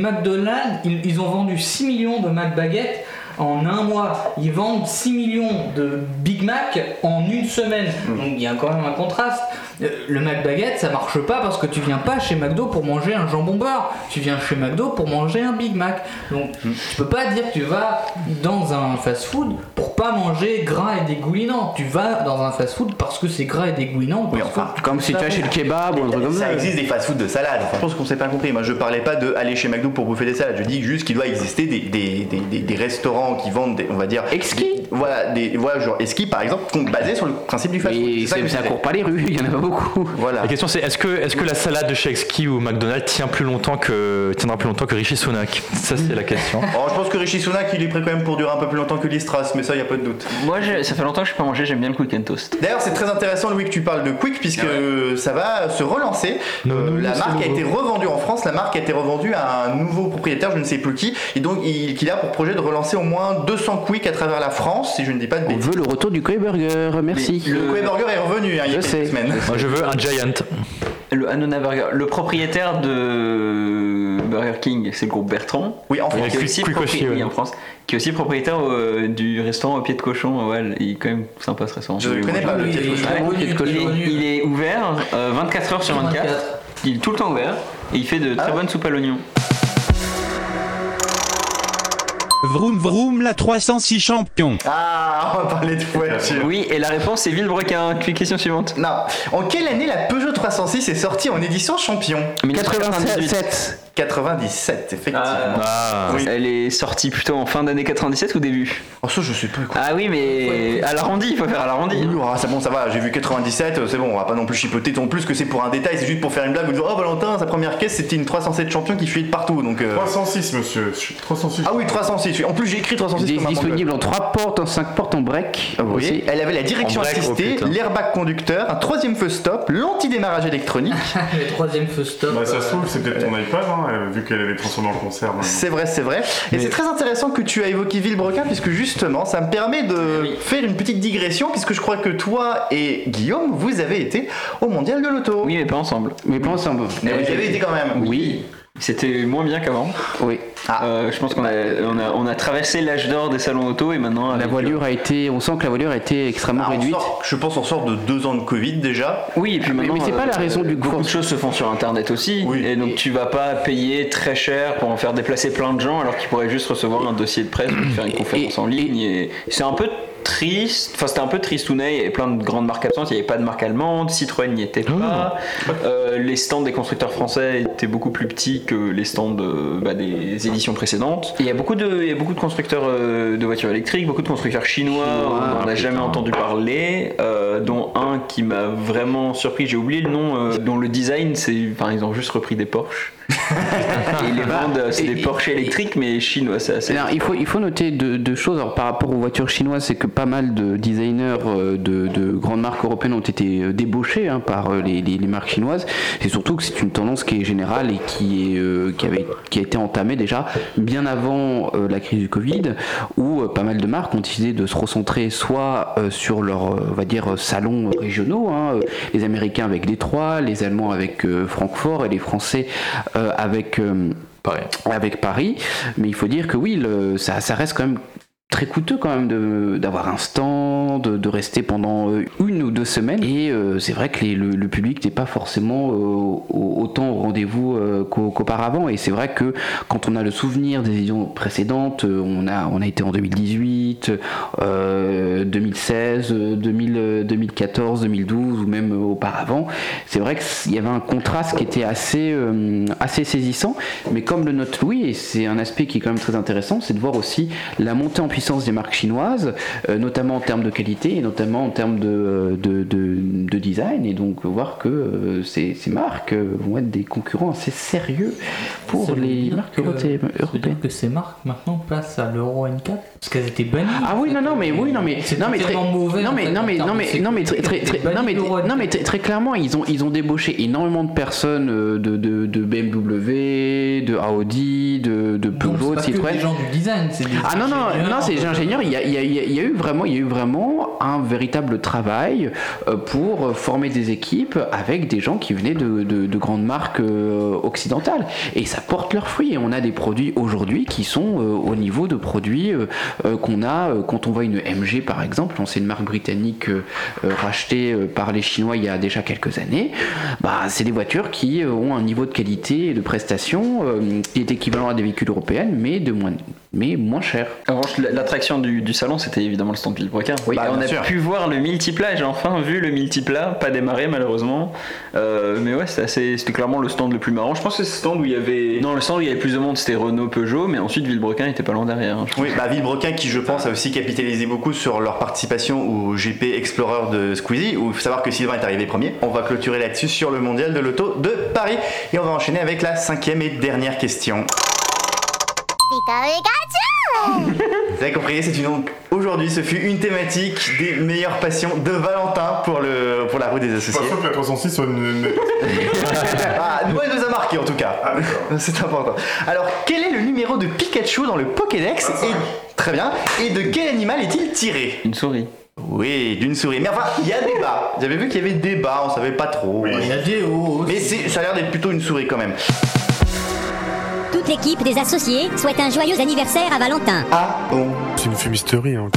[SPEAKER 6] McDonald's, ils, ils ont vendu 6 millions de McBaguettes en un mois. Ils vendent 6 millions de Big Mac en une semaine.
[SPEAKER 9] Hmm.
[SPEAKER 6] Donc il y a quand même un contraste. Euh, Le McBaguette, ça marche pas parce que tu viens pas chez McDo pour manger un jambon beurre. Tu viens chez McDo pour manger un Big Mac. Donc
[SPEAKER 9] Hmm.
[SPEAKER 6] tu peux pas dire que tu vas dans un fast-food pour pas manger gras et dégoulinant. Tu vas dans un fast-food parce que c'est gras et dégoulinant.
[SPEAKER 9] Oui,
[SPEAKER 6] parce
[SPEAKER 9] enfin,
[SPEAKER 6] que
[SPEAKER 9] comme si
[SPEAKER 6] ça
[SPEAKER 9] tu vas
[SPEAKER 6] vaut.
[SPEAKER 9] chez le kebab
[SPEAKER 3] ou un truc comme ça.
[SPEAKER 9] Ça existe des fast-food de salade. Enfin, je pense qu'on s'est pas compris. Moi, je parlais pas de aller chez McDo pour bouffer des salades. Je dis juste qu'il doit exister des, des, des, des- des restaurants qui vendent, des, on va dire. Exquis Voilà, des, voilà, genre exquis par exemple, qu'on- basé sur le principe du fast-food. C'est
[SPEAKER 3] c'est-
[SPEAKER 9] que je
[SPEAKER 3] ça
[SPEAKER 9] disais.
[SPEAKER 3] court pas les rues, il y en a pas beaucoup.
[SPEAKER 9] Voilà.
[SPEAKER 10] La question c'est est-ce que, est-ce que la salade de chez Exki ou McDonald's tient plus longtemps que, tiendra plus longtemps que Richie Sunak Ça c'est la question.
[SPEAKER 9] Oh, je pense que Richie Sunak, il est prêt quand même pour durer un peu plus longtemps que Listras, mais ça, y a pas de doute.
[SPEAKER 11] Moi, je- ça fait longtemps que je suis pas mangé, j'aime bien le quick and toast.
[SPEAKER 9] D'ailleurs, c'est très intéressant, Louis, que tu parles de Quick, puisque euh, ça va se relancer. Euh, la marque a été revendue en France, la marque a été revendue à un nouveau propriétaire, je ne sais plus qui, et donc il, qu'il a pour projet de relancer au moins 200 Quick à travers la France, si je ne dis pas de
[SPEAKER 3] On
[SPEAKER 9] bêtises.
[SPEAKER 3] veut le retour du Quay Burger, merci.
[SPEAKER 9] Mais Le Quay Burger est revenu hein, il y
[SPEAKER 3] Je
[SPEAKER 9] a
[SPEAKER 3] sais.
[SPEAKER 9] quelques semaines.
[SPEAKER 10] Moi je veux un giant.
[SPEAKER 11] Le Anona Burger, le propriétaire de Burger King, c'est le groupe Bertrand.
[SPEAKER 9] Oui, en France.
[SPEAKER 11] Qui est aussi,
[SPEAKER 10] Quick- Quick
[SPEAKER 11] propri-
[SPEAKER 10] aussi, ouais.
[SPEAKER 11] oui, en France, qui est aussi propriétaire euh, du restaurant au pied de cochon. Ouais, il est quand même sympa ce restaurant.
[SPEAKER 9] Je ne connais pas le
[SPEAKER 11] Ouais,
[SPEAKER 9] pied de cochon.
[SPEAKER 11] il, est- il est ouvert euh, 24 heures sur 24.
[SPEAKER 6] 24.
[SPEAKER 11] Il est tout le temps ouvert et il fait de
[SPEAKER 9] Ah
[SPEAKER 11] très bonnes soupes à l'oignon.
[SPEAKER 12] Vroom vroom la 306 champion.
[SPEAKER 9] Ah, on va parler de voiture.
[SPEAKER 11] Oui, et la réponse c'est Villebrequin. Question suivante.
[SPEAKER 9] Non. En quelle année la Peugeot 306 est sortie en édition champion
[SPEAKER 11] 1997.
[SPEAKER 9] 97, effectivement.
[SPEAKER 11] Ah.
[SPEAKER 9] Oui.
[SPEAKER 11] Elle est sortie plutôt en fin d'année 97 ou début
[SPEAKER 9] Oh, ça, je sais pas. Quoi.
[SPEAKER 11] Ah oui, mais à l'arrondi, il faut faire à l'arrondi.
[SPEAKER 9] Oui, ah, c'est bon, ça va, j'ai vu 97, c'est bon, on va pas non plus chipoter ton plus que c'est pour un détail, c'est juste pour faire une blague ou dire Oh Valentin, sa première caisse c'était une 307 champion qui fuyait de partout donc. euh,
[SPEAKER 7] 306, monsieur. Je suis 306.
[SPEAKER 9] Ah oui, 306, en plus j'ai écrit 306
[SPEAKER 3] Il
[SPEAKER 9] comme
[SPEAKER 3] est
[SPEAKER 9] un
[SPEAKER 3] disponible
[SPEAKER 9] mongol.
[SPEAKER 3] en 3 portes, en 5 portes, en break.
[SPEAKER 9] Vous voyez,
[SPEAKER 3] aussi.
[SPEAKER 9] euh, elle avait la direction
[SPEAKER 10] En break, oh,
[SPEAKER 9] assistée,
[SPEAKER 10] putain.
[SPEAKER 9] l'airbag conducteur, un troisième feu stop, l'anti-démarrage électronique.
[SPEAKER 6] Le troisième feu stop.
[SPEAKER 7] Ah, Bah, ça se trouve, c'est peut-être ton iPad, hein, euh, vu qu'elle avait transformé en hein. conserve.
[SPEAKER 9] C'est vrai, c'est vrai. Et c'est très intéressant que tu as évoqué Villebrequin, puisque justement, ça me permet de faire une petite digression, puisque je crois que toi et Guillaume, vous avez été au mondial de l'auto. Oui, mais pas ensemble.
[SPEAKER 11] Mais pas ensemble.
[SPEAKER 9] Mais vous y avez été quand même.
[SPEAKER 11] Eh Oui.
[SPEAKER 3] C'était moins bien qu'avant. Euh,
[SPEAKER 11] Oui.
[SPEAKER 9] Ah.
[SPEAKER 3] je pense qu'on a, on a, on a traversé l'âge d'or des salons auto et maintenant. euh,
[SPEAKER 11] La voilure a été, on sent que la voilure a été extrêmement
[SPEAKER 9] Ah, On
[SPEAKER 11] réduite.
[SPEAKER 9] sort- je pense on sort de deux ans de Covid déjà.
[SPEAKER 3] Oui, et puis
[SPEAKER 11] Ah, Mais-
[SPEAKER 3] maintenant. euh,
[SPEAKER 11] mais c'est pas la raison du
[SPEAKER 3] Beaucoup de choses se font sur Internet aussi. Et donc tu vas pas payer très cher pour en faire déplacer plein de gens alors qu'ils pourraient juste recevoir un dossier de presse ou faire une conférence en ligne. Et c'est un peu triste. Enfin, c'était un peu tristounet. Il y avait plein de grandes marques absentes. Il n'y avait pas de marque allemande. Citroën n'y était
[SPEAKER 11] Ah.
[SPEAKER 3] pas. Euh, les stands des constructeurs français étaient beaucoup plus petits que les stands euh, bah, des éditions précédentes. Et Il y a beaucoup de, il y a beaucoup de constructeurs euh, de voitures électriques, beaucoup de constructeurs chinois. on n'a jamais entendu parler, euh, dont un qui m'a vraiment surpris. J'ai oublié le nom. euh, dont le design, c'est, enfin, ils ont juste repris des Porsche. et ils les vendent. euh, C'est des Porsche électriques, mais chinois. C'est assez.
[SPEAKER 11] Alors, il, faut, il faut noter deux, deux choses Alors, par rapport aux voitures chinoises, c'est que pas mal de designers euh, de, de grandes marques européennes ont été euh, débauchés hein, par euh, les, les- les marques chinoises. C'est surtout que c'est une tendance qui est générale et qui, est, euh, qui, avait, qui a été entamée déjà bien avant euh, la crise du Covid, où euh, pas mal de marques ont décidé de se recentrer soit euh, sur leurs, euh, on va dire, salons régionaux, hein, euh, les Américains avec Détroit, les Allemands avec euh, Francfort et les Français euh, avec... euh, avec Paris. Mais il faut dire que oui, le- ça, ça reste quand même très coûteux quand même de- d'avoir un stand, de, de rester pendant euh, une ou deux semaines. Et euh, c'est vrai que les- le, le public n'est pas forcément euh, au- autant au rendez-vous euh, qu'au- qu'auparavant. Et c'est vrai que quand on a le souvenir des éditions précédentes, euh, on a, on a été en 2018, euh, 2016, euh, 2000, euh, 2014, 2012 ou même euh, auparavant. C'est vrai qu'il y avait un contraste qui était assez, euh, assez saisissant, mais comme le note Louis, et c'est un aspect qui est quand même très intéressant, c'est de voir aussi la montée en puissance des marques chinoises, euh, notamment en termes de qualité et notamment en termes de, de, de- de design, et donc voir que euh, ces, ces marques euh, vont être des concurrents assez sérieux pour les marques européennes.
[SPEAKER 6] européenne. que ces marques maintenant passent à l'Euro N4 parce qu'elles étaient bannies.
[SPEAKER 11] Ah oui, non, non, mais oui, non, mais non, mais très,
[SPEAKER 6] tellement mauvais,
[SPEAKER 11] non,
[SPEAKER 6] en
[SPEAKER 11] mais
[SPEAKER 6] fait,
[SPEAKER 11] non,
[SPEAKER 6] en
[SPEAKER 11] mais
[SPEAKER 6] termes
[SPEAKER 11] non,
[SPEAKER 6] de
[SPEAKER 11] mais non, mais très, très, très- non, mais non, mais très, très clairement, ils ont, ils ont débauché énormément de personnes euh, de, de, de BMW, de Audi, de, de Peugeot, de
[SPEAKER 6] C'est pas que
[SPEAKER 11] Citroën.
[SPEAKER 6] des gens du design, c'est des
[SPEAKER 11] Ah non, non, non, c'est des
[SPEAKER 6] ingénieurs. euh,
[SPEAKER 11] ingénieurs. Il y, a, il y a- il y a- il y a eu vraiment, il y a eu vraiment un véritable travail euh, pour former des équipes avec des gens qui venaient de, de- de grandes marques euh, occidentales. Et ça porte leurs fruits. Et on a des produits aujourd'hui qui sont euh, au niveau de produits euh, euh, qu'on a euh, quand on voit une MG par exemple. on C'est une marque britannique euh, euh, rachetée euh, par les Chinois il y a déjà quelques années. Bah, c'est des voitures qui euh, ont un niveau de qualité et de prestation euh, qui est équivalent à des véhicules européens, mais de moins mais moins cher.
[SPEAKER 3] En revanche, l- l'attraction du, du salon, c'était évidemment le stand Villebrequin.
[SPEAKER 9] Bah,
[SPEAKER 3] Et on
[SPEAKER 11] bien
[SPEAKER 3] a
[SPEAKER 11] sûr.
[SPEAKER 3] pu voir le multiplat. J'ai enfin vu le multiplat, pas démarré malheureusement. Euh, mais ouais, c'était assez- c'était clairement le stand le plus marrant. Je pense que c'est le stand où il y avait. Non, le stand où il y avait plus de monde, c'était Renault, Peugeot, mais ensuite Villebrequin était pas loin derrière. hein.
[SPEAKER 9] Oui, bah Villebrequin qui je pense a aussi capitalisé beaucoup sur leur participation au GP Explorer de Squeezie, où il faut savoir que Sylvain est arrivé premier. On va clôturer là-dessus sur le mondial de l'auto de Paris et on va enchaîner avec la cinquième et dernière question. Vous avez compris, c'est une donc aujourd'hui ce fut une thématique des meilleures passions de Valentin pour le pour la roue des associés.
[SPEAKER 7] sûr que la 306 soit une.
[SPEAKER 9] Ah, nous, elle nous a marqué en tout cas. C'est important. Alors, quel est le numéro de Pikachu dans le Pokédex et... Très bien. Et de quel animal est-il tiré
[SPEAKER 3] Une souris.
[SPEAKER 9] Oui, d'une souris. Mais enfin, il y a débat. J'avais vu qu'il y avait débat, on savait pas trop. Il y a
[SPEAKER 6] des hauts.
[SPEAKER 9] Mais c'est- ça a l'air d'être plutôt une souris quand même.
[SPEAKER 13] Toute l'équipe des associés souhaite un joyeux anniversaire à Valentin.
[SPEAKER 9] Ah bon
[SPEAKER 14] C'est une fumisterie. Hein.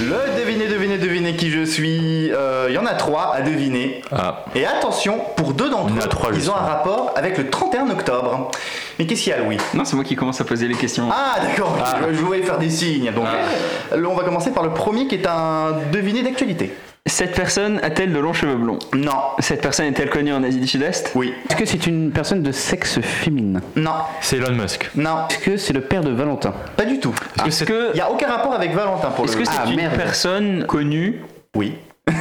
[SPEAKER 9] Le devinez, devinez, devinez qui je suis. Euh, Il y en a trois à deviner.
[SPEAKER 10] Ah,
[SPEAKER 9] Et attention, pour deux d'entre eux, ils ont un rapport avec le 31 octobre. Mais qu'est-ce qu'il y a, Louis
[SPEAKER 3] Non, c'est moi qui commence à poser les questions.
[SPEAKER 9] Ah d'accord, ok. je je voulais faire des signes. Donc, euh, Là, on va commencer par le premier qui est un deviné d'actualité.
[SPEAKER 3] Cette personne a-t-elle de longs cheveux blonds
[SPEAKER 9] Non.
[SPEAKER 3] Cette personne est-elle connue en Asie du Sud-Est
[SPEAKER 9] Oui.
[SPEAKER 11] Est-ce que c'est une personne de sexe féminin
[SPEAKER 9] Non.
[SPEAKER 10] C'est Elon Musk.
[SPEAKER 9] Non.
[SPEAKER 11] Est-ce que c'est le père de Valentin
[SPEAKER 9] Pas du tout.
[SPEAKER 11] Ah.
[SPEAKER 3] Est-ce que
[SPEAKER 9] Il n'y a aucun rapport avec Valentin pour
[SPEAKER 3] Est-ce
[SPEAKER 9] le
[SPEAKER 3] que c'est
[SPEAKER 9] Ah,
[SPEAKER 3] une
[SPEAKER 9] merde.
[SPEAKER 3] personne connue
[SPEAKER 9] Oui.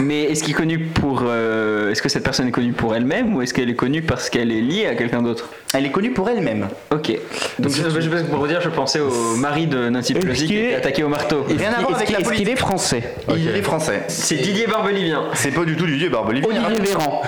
[SPEAKER 11] Mais est-ce qu'il est connu pour euh, est-ce que cette personne est connue pour elle-même ou est-ce qu'elle est connue parce qu'elle est liée à quelqu'un d'autre
[SPEAKER 9] Elle est connue pour elle-même.
[SPEAKER 11] Ok. Donc je, je, je- pour vous dire, je pensais au mari de Nancy Pelosi qui a été attaqué au marteau.
[SPEAKER 9] Rien à voir avec la politique. Il est français.
[SPEAKER 11] C'est Didier Barbelivien.
[SPEAKER 9] C'est pas du tout Didier Barbelivien.
[SPEAKER 11] Olivier
[SPEAKER 9] Véran.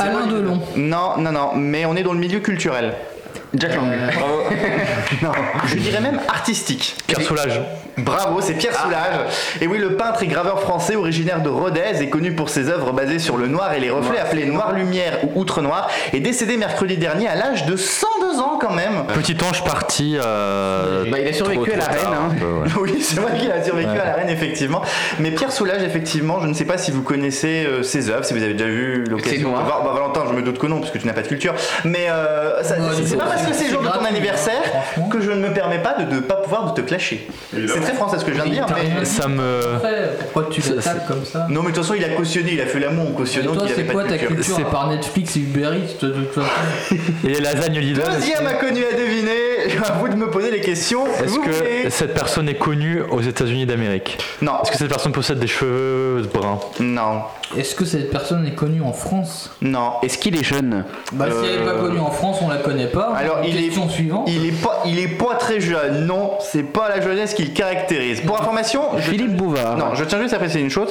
[SPEAKER 6] Alain Delon.
[SPEAKER 9] Non, non, non, mais on est dans le milieu culturel. Euh,
[SPEAKER 11] Jack Lang.
[SPEAKER 9] non, je dirais même artistique.
[SPEAKER 10] Pierre Soulage.
[SPEAKER 9] Bravo, c'est Pierre Soulage. Et oui, le peintre et graveur français originaire de Rodez est connu pour ses œuvres basées sur le noir et les reflets appelés Noir Lumière ou Outre Noir est décédé mercredi dernier à l'âge de 102 ans quand même.
[SPEAKER 10] Petit ange parti. euh,
[SPEAKER 9] Bah, il a survécu
[SPEAKER 10] trop,
[SPEAKER 9] à la
[SPEAKER 10] trop tard,
[SPEAKER 9] reine, hein.
[SPEAKER 10] un peu, ouais.
[SPEAKER 9] Oui, c'est vrai qu'il a survécu
[SPEAKER 10] Ouais.
[SPEAKER 9] à la reine, effectivement. Mais Pierre Soulage, effectivement, je ne sais pas si vous connaissez euh, ses œuvres, si vous avez déjà vu l'occasion de
[SPEAKER 3] noir.
[SPEAKER 9] voir. Bah, Valentin, je me doute que non, parce que tu n'as pas de culture. Mais euh, ça-
[SPEAKER 6] Non,
[SPEAKER 9] c'est-
[SPEAKER 6] du
[SPEAKER 9] c'est
[SPEAKER 6] tout.
[SPEAKER 9] pas parce que
[SPEAKER 6] C'est-
[SPEAKER 9] c'est le jour
[SPEAKER 6] c'est
[SPEAKER 9] de ton
[SPEAKER 6] gratuit, hein,
[SPEAKER 9] anniversaire que je ne me permets pas de ne pas pouvoir de te clasher. C'est très français ce que je viens de dire, mais.
[SPEAKER 10] Ça me.
[SPEAKER 6] euh, Pourquoi tu
[SPEAKER 9] Ça,
[SPEAKER 6] l'attaques comme ça
[SPEAKER 9] Non, mais de toute façon, il a cautionné, il a fait l'amour en
[SPEAKER 6] Et
[SPEAKER 9] cautionnant
[SPEAKER 6] toi,
[SPEAKER 9] qu'il
[SPEAKER 6] c'est
[SPEAKER 9] avait
[SPEAKER 6] quoi
[SPEAKER 9] pas de
[SPEAKER 6] ta
[SPEAKER 9] culture.
[SPEAKER 6] culture à part Netflix et Uber Eats de toute façon
[SPEAKER 10] Et les lasagnes Lidl.
[SPEAKER 9] Deuxième inconnu à deviner, à vous de me poser les questions.
[SPEAKER 10] Est-ce
[SPEAKER 9] vous
[SPEAKER 10] que
[SPEAKER 9] voulez.
[SPEAKER 10] cette personne est connue aux États-Unis d'Amérique
[SPEAKER 9] Non.
[SPEAKER 10] Est-ce que cette personne possède des cheveux bruns
[SPEAKER 9] Non.
[SPEAKER 6] Est-ce que cette personne est connue en France
[SPEAKER 9] Non.
[SPEAKER 3] Est-ce qu'il est jeune
[SPEAKER 6] Bah, si elle est pas
[SPEAKER 11] Euh,
[SPEAKER 6] connue en France, on la connaît pas.
[SPEAKER 9] Alors, il est,
[SPEAKER 6] Question suivante.
[SPEAKER 9] il est pas, il est pas très jeune. Non, c'est pas la jeunesse qu'il caractérise. Pour information, Philippe
[SPEAKER 6] Ah
[SPEAKER 3] Bouvard.
[SPEAKER 9] Non, je tiens juste à préciser une chose.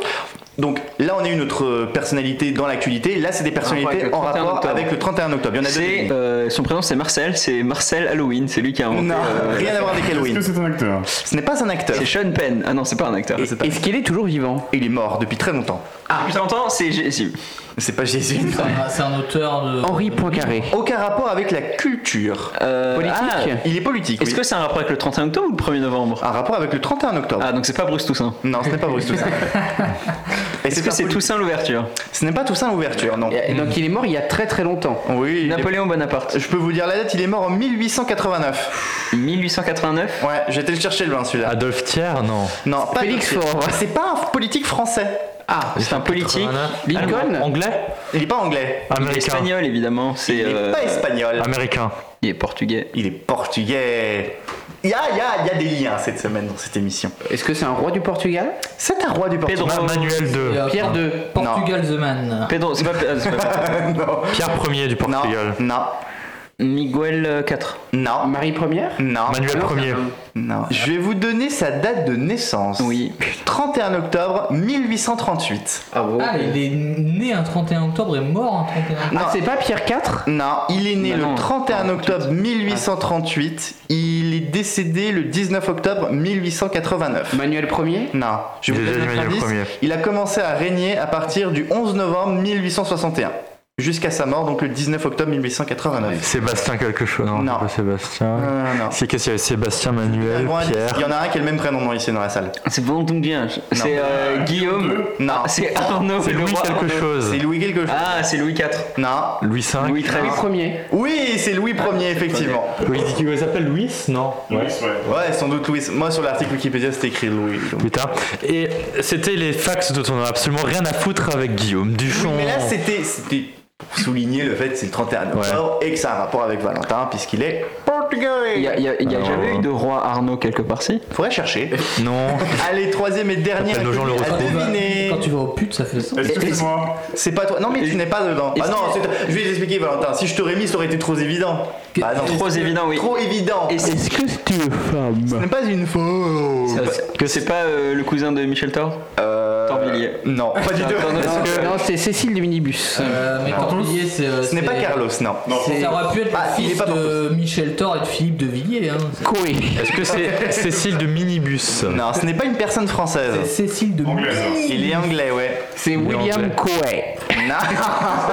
[SPEAKER 9] Donc là, on est une autre euh, personnalité dans l'actualité. Là, c'est
[SPEAKER 6] Ah,
[SPEAKER 9] des personnalités en rapport avec le 31 octobre. Il y en a deux.
[SPEAKER 11] C'est, euh, son prénom c'est Marcel, c'est Marcel Halloween, c'est lui qui a inventé.
[SPEAKER 9] Non, euh, rien à voir avec Halloween.
[SPEAKER 11] c'est
[SPEAKER 7] un acteur
[SPEAKER 9] Ce n'est pas un acteur.
[SPEAKER 11] C'est Sean Penn. Ah non, c'est pas un acteur. c'est pas-
[SPEAKER 3] Est-ce qu'il est toujours vivant
[SPEAKER 9] Il est mort depuis très longtemps.
[SPEAKER 11] Ah, depuis longtemps, c'est Jésus.
[SPEAKER 9] C'est pas Jésus.
[SPEAKER 6] C'est un- C'est un auteur de.
[SPEAKER 3] Henri Poincaré.
[SPEAKER 9] Aucun rapport avec la culture.
[SPEAKER 3] Politique
[SPEAKER 9] Ah, Il est politique.
[SPEAKER 11] Euh, ah, Est-ce
[SPEAKER 9] oui.
[SPEAKER 11] que c'est un rapport avec le 31 octobre ou le 1er novembre
[SPEAKER 9] Un rapport avec le 31 octobre.
[SPEAKER 11] Ah, donc c'est pas Bruce Toussaint.
[SPEAKER 9] Non, ce n'est pas Bruce Toussaint. Et
[SPEAKER 11] Est-ce
[SPEAKER 9] c'est
[SPEAKER 11] que
[SPEAKER 9] un
[SPEAKER 11] c'est
[SPEAKER 9] poli-
[SPEAKER 11] Toussaint Eh, l'ouverture
[SPEAKER 9] Ce n'est pas Toussaint l'ouverture, non.
[SPEAKER 3] Et Donc il est mort il y a très très longtemps.
[SPEAKER 9] Oui. il est-
[SPEAKER 11] Napoléon Bonaparte.
[SPEAKER 9] Je peux vous dire la date, il est mort en 1889.
[SPEAKER 11] 1889
[SPEAKER 9] Ouais, j'étais le chercher le vin celui-là.
[SPEAKER 10] Adolphe Thiers Non.
[SPEAKER 9] Non, pas
[SPEAKER 3] Félix
[SPEAKER 9] Gautier.
[SPEAKER 3] Faure.
[SPEAKER 9] C'est pas un politique français.
[SPEAKER 11] Ah, c'est un politique.
[SPEAKER 10] 89.
[SPEAKER 3] Lincoln
[SPEAKER 10] Anglais
[SPEAKER 9] Il est pas anglais.
[SPEAKER 11] Il est
[SPEAKER 10] Américain.
[SPEAKER 11] espagnol évidemment. C'est.
[SPEAKER 9] Il est
[SPEAKER 11] euh,
[SPEAKER 9] pas espagnol.
[SPEAKER 10] Américain.
[SPEAKER 11] Il est portugais.
[SPEAKER 9] Il est portugais. Il y a, il y a- il y a des liens cette semaine dans cette émission.
[SPEAKER 3] Est-ce que c'est un roi du Portugal
[SPEAKER 9] C'est un roi du Portugal.
[SPEAKER 11] Pedro.
[SPEAKER 10] Manuel
[SPEAKER 6] Et,
[SPEAKER 10] II.
[SPEAKER 6] euh,
[SPEAKER 3] Pierre II.
[SPEAKER 6] Portugal the
[SPEAKER 3] Oh.
[SPEAKER 6] Man.
[SPEAKER 11] Pedro, c'est pas. ah, c'est pas-
[SPEAKER 9] non.
[SPEAKER 10] Pierre 1er du
[SPEAKER 9] Non.
[SPEAKER 10] Portugal.
[SPEAKER 9] Non.
[SPEAKER 3] euh,
[SPEAKER 11] Miguel 4.
[SPEAKER 9] Non.
[SPEAKER 3] Marie Première
[SPEAKER 9] Non.
[SPEAKER 10] Manuel 1er.
[SPEAKER 9] Non. Je vais vous donner sa date de naissance.
[SPEAKER 11] Oui.
[SPEAKER 9] 31 octobre 1838.
[SPEAKER 3] Ah bon
[SPEAKER 6] Ah, il est né un 31 octobre et mort un 31 octobre.
[SPEAKER 9] Non.
[SPEAKER 3] Ah, c'est pas Pierre IV
[SPEAKER 9] Non, il est né
[SPEAKER 11] Bah non,
[SPEAKER 9] le 31 octobre 1838. Il est décédé le 19 octobre 1889.
[SPEAKER 3] Manuel Ier
[SPEAKER 9] Non, je vous
[SPEAKER 10] Déjà,
[SPEAKER 9] donne
[SPEAKER 10] Emmanuel
[SPEAKER 9] un indice.
[SPEAKER 10] Ier.
[SPEAKER 9] Il a commencé à régner à partir du 11 novembre 1861 jusqu'à sa mort, donc le 19 octobre 1889.
[SPEAKER 10] Sébastien quelque chose. Non,
[SPEAKER 9] Non.
[SPEAKER 10] c'est pas Sébastien.
[SPEAKER 9] Euh, non.
[SPEAKER 10] C'est qu'est-ce qu'il y avait Sébastien,
[SPEAKER 9] Un
[SPEAKER 10] Manuel,
[SPEAKER 9] grand indice.
[SPEAKER 10] Pierre.
[SPEAKER 9] Il y en a un qui a le même prénom dans- ici dans la salle.
[SPEAKER 11] C'est bon, donc bien. C'est euh, Guillaume.
[SPEAKER 9] Non,
[SPEAKER 11] Ah, C'est Arnaud.
[SPEAKER 10] C'est
[SPEAKER 11] le
[SPEAKER 10] Louis
[SPEAKER 11] roi
[SPEAKER 10] quelque
[SPEAKER 11] Arnaud.
[SPEAKER 10] chose.
[SPEAKER 9] c'est Louis quelque chose.
[SPEAKER 11] Ah, c'est Louis IV.
[SPEAKER 9] Non.
[SPEAKER 10] Louis V.
[SPEAKER 11] Louis XIII.
[SPEAKER 3] Premier.
[SPEAKER 9] Oui, c'est Louis Ier effectivement.
[SPEAKER 10] Oui, il dit qu'il s'appelle Louis Non.
[SPEAKER 7] Oui, c'est vrai.
[SPEAKER 9] Ouais, sans doute Louis. Moi sur l'article Wikipédia c'était écrit Louis. donc.
[SPEAKER 10] Putain. Et c'était les fax dont on a absolument rien à foutre avec Guillaume
[SPEAKER 9] Oui,
[SPEAKER 10] Duchon.
[SPEAKER 9] mais là, c'était c'était pour souligner le fait que c'est le 31 octobre et que ça a un rapport avec Valentin, puisqu'il est portugais.
[SPEAKER 11] Il y a, il y a- il y a
[SPEAKER 10] Alors,
[SPEAKER 11] jamais
[SPEAKER 10] euh,
[SPEAKER 11] eu de roi Arnaud quelque part, si
[SPEAKER 9] Faudrait chercher.
[SPEAKER 10] Non.
[SPEAKER 9] Allez, troisième et dernier
[SPEAKER 10] Appelle nos gens le
[SPEAKER 9] inconnu à
[SPEAKER 6] Quand tu vas-
[SPEAKER 9] deviner.
[SPEAKER 6] Bah, Quand tu vas au pute, ça fait ça.
[SPEAKER 3] Euh,
[SPEAKER 7] Est-ce que
[SPEAKER 11] Et-
[SPEAKER 7] c'est moi
[SPEAKER 9] C'est pas toi. Non, mais tu n'es pas dedans. Ah
[SPEAKER 11] Est-ce
[SPEAKER 9] non,
[SPEAKER 11] que-
[SPEAKER 9] c'est- je vais t'expliquer, Valentin. Si je t'aurais mis, ça aurait été trop évident. Bah non.
[SPEAKER 11] Trop évident, oui.
[SPEAKER 9] Trop évident.
[SPEAKER 11] Et c'est-
[SPEAKER 3] Est-ce que c'est une
[SPEAKER 9] Ce
[SPEAKER 3] femme
[SPEAKER 9] n'est pas une faux.
[SPEAKER 11] Que c'est pas euh, le cousin de Michel Thor
[SPEAKER 9] Euh,
[SPEAKER 11] Torvilliers.
[SPEAKER 9] Non, pas du tout.
[SPEAKER 3] Non, non, c'est Cécile du minibus.
[SPEAKER 6] Euh, mais Torpillier, c'est. euh,
[SPEAKER 9] Ce n'est pas
[SPEAKER 6] c'est-
[SPEAKER 9] Carlos, non.
[SPEAKER 6] c'est- Ça aurait pu être
[SPEAKER 9] Ah,
[SPEAKER 6] le
[SPEAKER 9] il
[SPEAKER 6] fils
[SPEAKER 9] est pas
[SPEAKER 6] de Michel Thor et de Philippe de Villiers. Hein. C'est-
[SPEAKER 3] Coué.
[SPEAKER 10] Est-ce que c'est Cécile de Minibus
[SPEAKER 9] Non, ce n'est pas une personne
[SPEAKER 6] C'est
[SPEAKER 9] française.
[SPEAKER 6] Cécile de
[SPEAKER 7] Anglais, non.
[SPEAKER 9] Il est anglais, ouais.
[SPEAKER 3] C'est William Coué.
[SPEAKER 9] Non.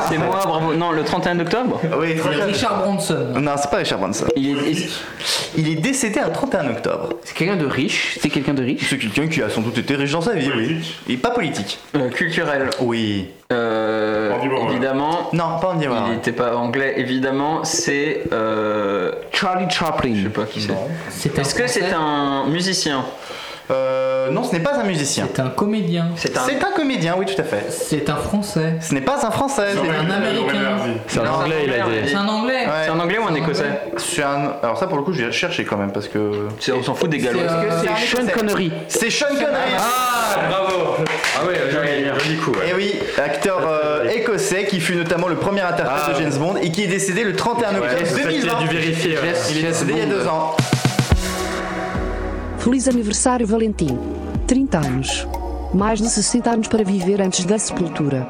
[SPEAKER 11] C'est moi, bravo. Non, le 31 octobre
[SPEAKER 9] Oui, très bien.
[SPEAKER 6] Richard Branson.
[SPEAKER 9] Non, c'est pas Richard Branson.
[SPEAKER 11] Il est- est-
[SPEAKER 9] Il est décédé le 31 octobre.
[SPEAKER 3] C'est quelqu'un de riche. C'est quelqu'un de riche.
[SPEAKER 9] C'est quelqu'un qui a sans doute été riche dans sa vie,
[SPEAKER 7] Politique.
[SPEAKER 9] oui. Et pas politique.
[SPEAKER 11] euh, culturel.
[SPEAKER 9] Oui.
[SPEAKER 11] Euh,
[SPEAKER 7] Andy Warhol.
[SPEAKER 11] évidemment.
[SPEAKER 9] Non, pas en
[SPEAKER 11] Il
[SPEAKER 9] Iran.
[SPEAKER 11] n'était pas anglais, évidemment. C'est. euh,
[SPEAKER 3] Charlie
[SPEAKER 11] Je
[SPEAKER 3] Chaplin.
[SPEAKER 11] sais pas qui c'est.
[SPEAKER 6] C'est un
[SPEAKER 11] Est-ce que c'est
[SPEAKER 6] Français.
[SPEAKER 11] un musicien
[SPEAKER 9] Euh, non, ce n'est pas un musicien.
[SPEAKER 6] C'est un comédien.
[SPEAKER 9] C'est un... comédien, oui, tout à fait.
[SPEAKER 6] C'est un français.
[SPEAKER 9] Ce n'est pas un français.
[SPEAKER 6] C'est un américain.
[SPEAKER 9] C'est un anglais, il a dit.
[SPEAKER 6] C'est un anglais.
[SPEAKER 9] C'est un anglais ou un
[SPEAKER 6] C'est
[SPEAKER 9] écossais Alors, ça, pour le coup, je vais le chercher quand même parce que. On s'en fout des
[SPEAKER 6] Gallois. Est-ce que c'est
[SPEAKER 9] C'est Sean Connery. C'est Sean Connery
[SPEAKER 11] Ah, bravo Ah oui, j'ai un joli coup. ouais.
[SPEAKER 9] Et oui, acteur euh, écossais qui fut notamment le premier interprète de James Bond et qui est décédé le 31 octobre
[SPEAKER 10] c'est ça qu'il a
[SPEAKER 9] 2020.
[SPEAKER 10] dû vérifier, ouais.
[SPEAKER 9] Il est décédé il y a deux ans.
[SPEAKER 15] Feliz aniversário, Valentim. 30 anos. Mais de 60 anos para viver antes da sepultura.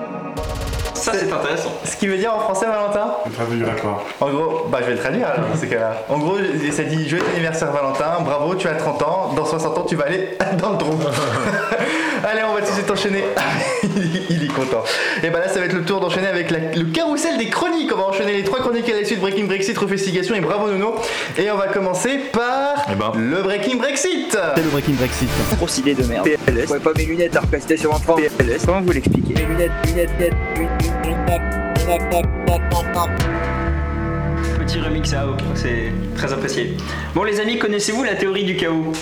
[SPEAKER 9] Ça, c'est intéressant. Ce qui veut dire en français, Valentin Traduire quoi En gros, bah je vais le traduire alors, dans ces cas-là. En gros, ça dit Joyeux anniversaire, Valentin, bravo, tu as 30 ans, dans 60 ans, tu vas aller dans le trou. Allez, on va tout de suite enchaîner. Il est content. Et bah là, ça va être le tour d'enchaîner avec la- le carrousel des chroniques. On va enchaîner les trois chroniques à la suite Breaking Brexit, Refestigation et Bravo Nono. Et on va commencer par le Breaking Brexit.
[SPEAKER 16] C'est le Breaking Brexit.
[SPEAKER 17] Grosse idée de merde. PLS. Ouais, pas mes lunettes à recaster sur l'enfant. PLS. Comment vous l'expliquez Mes lunettes, lunettes, lunettes, lunettes,
[SPEAKER 11] Petit remix à Hope, c'est très apprécié. Bon les amis, connaissez-vous la théorie du chaos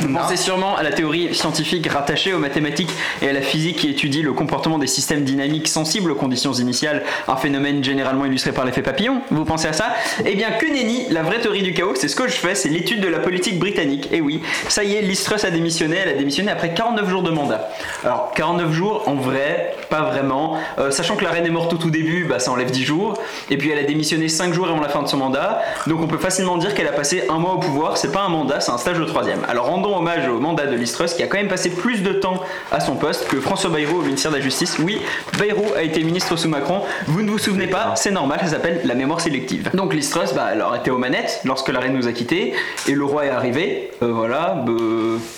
[SPEAKER 11] Vous pensez sûrement à la théorie scientifique rattachée aux mathématiques et à la physique qui étudie le comportement des systèmes dynamiques sensibles aux conditions initiales, un phénomène généralement illustré par l'effet papillon. Vous pensez à ça Eh bien que nenni, la vraie théorie du chaos, c'est ce que je fais, c'est l'étude de la politique britannique. Et oui, ça y est, Liz Truss a démissionné, elle a démissionné après 49 jours de mandat. Alors 49 jours en vrai, pas vraiment, Euh, sachant que la reine est morte au tout début, bah, ça enlève 10 jours, et puis elle a démissionné 5 jours avant la fin de son mandat, donc on peut facilement dire qu'elle a passé un mois au pouvoir, c'est pas un mandat, c'est un stage de troisième. Alors rendons hommage au mandat de Liz Truss, qui a quand même passé plus de temps à son poste que François Bayrou au ministère de la Justice. Oui, Bayrou a été ministre sous Macron, vous ne vous souvenez pas, c'est normal, ça s'appelle la mémoire sélective. Donc Liz Truss, bah, elle aurait été aux manettes lorsque la reine nous a quittés, et le roi est arrivé, Euh, voilà, bah,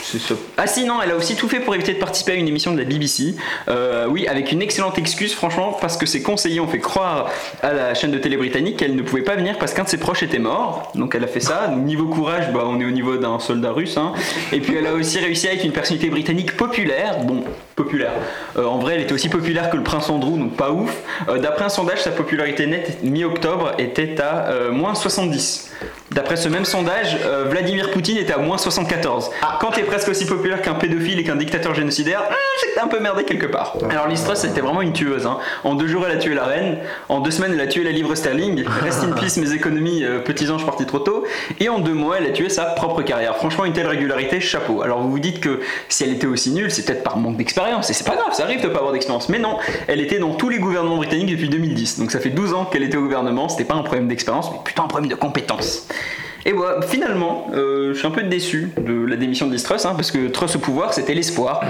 [SPEAKER 11] c'est ça. Ah si, non, elle a aussi tout fait pour éviter de participer à une émission de la BBC, Euh, oui, avec une excellente excuse, franchement, parce que ses conseillers ont fait croire à la chaîne de télé britannique qu'elle ne pouvait pas venir parce qu'un de ses proches était mort. Donc elle a fait ça. Donc, niveau courage, bah, on est au niveau d'un soldat russe. hein. Et puis elle a aussi réussi à être une personnalité britannique populaire. Bon, populaire. Euh, en vrai, elle était aussi populaire que le prince Andrew, donc pas ouf. Euh, D'après un sondage, sa popularité nette mi-octobre était à euh, moins 70. D'après ce même sondage, euh, Vladimir Poutine était à moins 74. Quand t'es presque aussi populaire qu'un pédophile et qu'un dictateur génocidaire, hum, c'est que t'es un peu merdé quelque part. Alors Listras, c'était vraiment une tueuse. hein. En deux jours, elle a tué la reine. En deux semaines, elle a tué la livre sterling. Rest in peace, mes économies, euh, petits anges partis trop tôt. Et en deux mois, elle a tué sa propre carrière. Franchement, une telle régularité, chapeau. Alors vous vous dites que si elle était aussi nulle, c'est peut-être par manque d'expérience. Et c'est pas grave, ça arrive de pas avoir d'expérience. Mais non, elle était dans tous les gouvernements britanniques depuis 2010. Donc ça fait 12 ans qu'elle était au gouvernement. C'était pas un problème d'expérience, mais plutôt un problème de compétence. Et voilà, finalement, euh, je suis un peu déçu de la démission de Liz Truss, hein, parce que Truss au pouvoir, c'était l'espoir.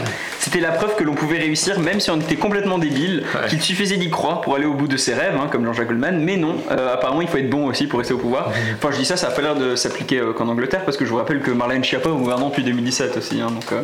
[SPEAKER 11] C'était la preuve que l'on pouvait réussir, même si on était complètement débile, qu'il suffisait d'y croire pour aller au bout de ses rêves, hein, comme Jean-Jacques Goldman. Mais non, euh, apparemment, il faut être bon aussi pour rester au pouvoir. Enfin, je dis ça, ça a pas l'air de s'appliquer euh, qu'en Angleterre, parce que je vous rappelle que Marlène Schiappa est au gouvernement depuis 2017 aussi. hein, donc, euh,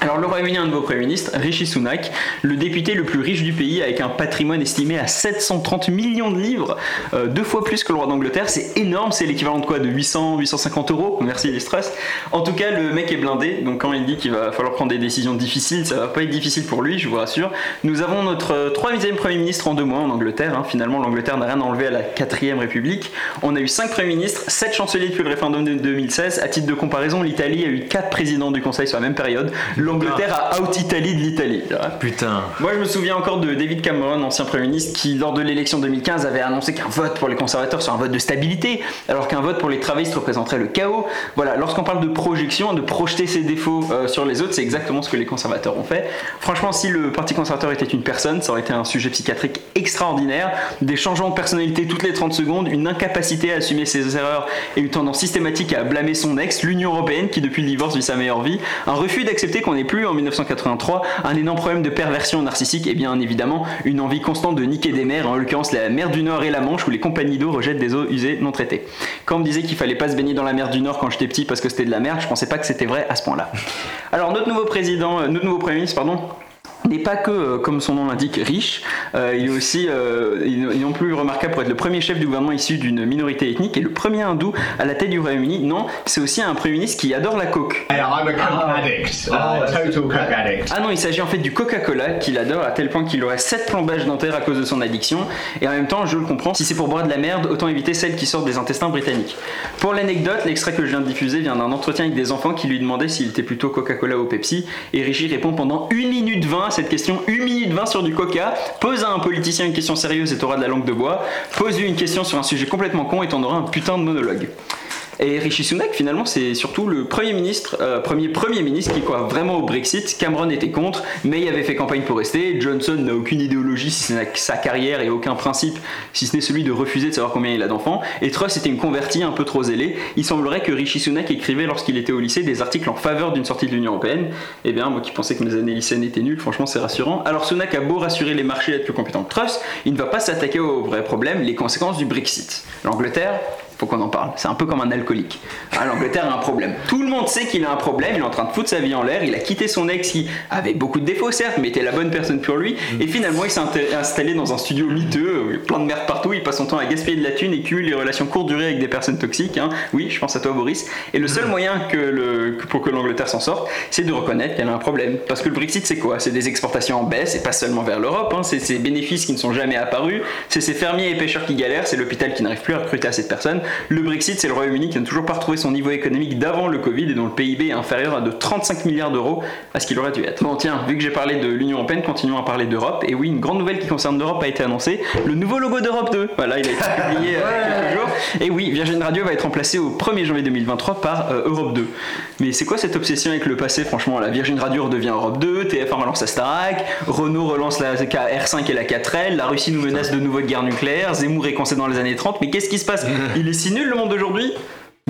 [SPEAKER 11] alors le Royaume-Uni a un nouveau Premier ministre, Rishi Sunak, le député le plus riche du pays avec un patrimoine estimé à 730 millions de livres, euh, deux fois plus que le roi d'Angleterre, c'est énorme, c'est l'équivalent de quoi De 800, 850 euros Merci les stress. En tout cas, le mec est blindé, donc quand il dit qu'il va falloir prendre des décisions difficiles, ça va pas être difficile pour lui, je vous rassure. Nous avons notre euh, troisième Premier ministre en deux mois en Angleterre, hein. finalement l'Angleterre n'a rien enlevé à la quatrième République. On a eu cinq Premiers ministres, sept chanceliers depuis le référendum de 2016. À titre de comparaison, l'Italie a eu quatre présidents du Conseil sur la même période. L'Angleterre a out Italie de l'Italie.
[SPEAKER 10] Putain.
[SPEAKER 11] Moi, je me souviens encore de David Cameron, ancien Premier ministre, qui, lors de l'élection 2015, avait annoncé qu'un vote pour les conservateurs serait un vote de stabilité, alors qu'un vote pour les travaillistes représenterait le chaos. Voilà, lorsqu'on parle de projection, de projeter ses défauts euh, sur les autres, c'est exactement ce que les conservateurs ont fait. Franchement, si le Parti conservateur était une personne, ça aurait été un sujet psychiatrique extraordinaire, des changements de personnalité toutes les 30 secondes, une incapacité à assumer ses erreurs et une tendance systématique à blâmer son ex, l'Union Européenne qui depuis le divorce vit sa meilleure vie, un refus d'accepter qu'on n'est plus en 1983, un énorme problème de perversion narcissique et bien évidemment une envie constante de niquer des mers, en l'occurrence la mer du Nord et la Manche où les compagnies d'eau rejettent des eaux usées non traitées. Quand on me disait qu'il fallait pas se baigner dans la mer du Nord quand j'étais petit parce que c'était de la merde, je pensais pas que c'était vrai à ce point-là. Alors notre nouveau président, euh, notre nouveau premier ministre, pardon, n'est pas que, euh, comme son nom l'indique, riche, euh, il est aussi euh, il est non plus remarquable pour être le premier chef du gouvernement issu d'une minorité ethnique et le premier hindou à la tête du Royaume-Uni. Non, c'est aussi un Premier ministre qui adore la coke. Ah non, il s'agit en fait du Coca-Cola qu'il adore à tel point qu'il aurait 7 plombages dentaires à cause de son addiction. Et en même temps, je le comprends, si c'est pour boire de la merde, autant éviter celles qui sortent des intestins britanniques. Pour l'anecdote, l'extrait que je viens de diffuser vient d'un entretien avec des enfants qui lui demandaient s'il était plutôt Coca-Cola ou Pepsi. Et Richie répond pendant 1 minute 20 à cette question, 1 minute 20 sur du Coca. Pose à un politicien une question sérieuse et t'auras de la langue de bois. Pose-lui une question sur un sujet complètement con et t'en auras un putain de monologue. Et Rishi Sunak, finalement, c'est surtout le premier ministre, euh, premier premier ministre qui croit vraiment au Brexit. Cameron était contre, mais il avait fait campagne pour rester. Johnson n'a aucune idéologie si ce n'est que sa carrière et aucun principe, si ce n'est celui de refuser de savoir combien il a d'enfants. Et Truss était une convertie un peu trop zélée. Il semblerait que Rishi Sunak écrivait lorsqu'il était au lycée des articles en faveur d'une sortie de l'Union Européenne. Eh bien, moi qui pensais que mes années lycéennes étaient nulles, franchement, c'est rassurant. Alors Sunak a beau rassurer les marchés et être plus compétent que Truss, il ne va pas s'attaquer au vrai problème, les conséquences du Brexit. L'Angleterre, faut qu'on en parle. C'est un peu comme un alcoolique. Hein, L'Angleterre a un problème. Tout le monde sait qu'il a un problème. Il est en train de foutre sa vie en l'air. Il a quitté son ex qui avait beaucoup de défauts, certes, mais était la bonne personne pour lui. Et finalement, il s'est inté- installé dans un studio miteux, où il y a plein de merde partout. Il passe son temps à gaspiller de la thune et cumule les relations courtes durées avec des personnes toxiques. hein. Oui, je pense à toi, Boris. Et le seul moyen que le- que- pour que l'Angleterre s'en sorte, c'est de reconnaître qu'elle a un problème. Parce que le Brexit, c'est quoi C'est des exportations en baisse, et pas seulement vers l'Europe. hein. C'est ces bénéfices qui ne sont jamais apparus. C'est ces fermiers et pêcheurs qui galèrent. C'est l'hôpital qui n'arrive plus à recruter assez de personnes. Le Brexit, c'est le Royaume-Uni qui n'a toujours pas retrouvé son niveau économique d'avant le Covid et dont le PIB est inférieur à de 35 milliards d'euros à ce qu'il aurait dû être. Bon, tiens, vu que j'ai parlé de l'Union Européenne, continuons à parler d'Europe. Et oui, une grande nouvelle qui concerne l'Europe a été annoncée. Le nouveau logo d'Europe 2. Voilà, il a été publié euh, il y a quelques jours. Et oui, Virgin Radio va être remplacée au 1er janvier 2023 par euh, Europe 2. Mais c'est quoi cette obsession avec le passé Franchement, la Virgin Radio redevient Europe 2, TF1 relance la Starac, Renault relance la R5 et la 4L, la Russie nous menace de nouveau de guerre nucléaire, Zemmour est coincé dans les années 30. Mais qu'est-ce qui se passe Il est si nul le monde d'aujourd'hui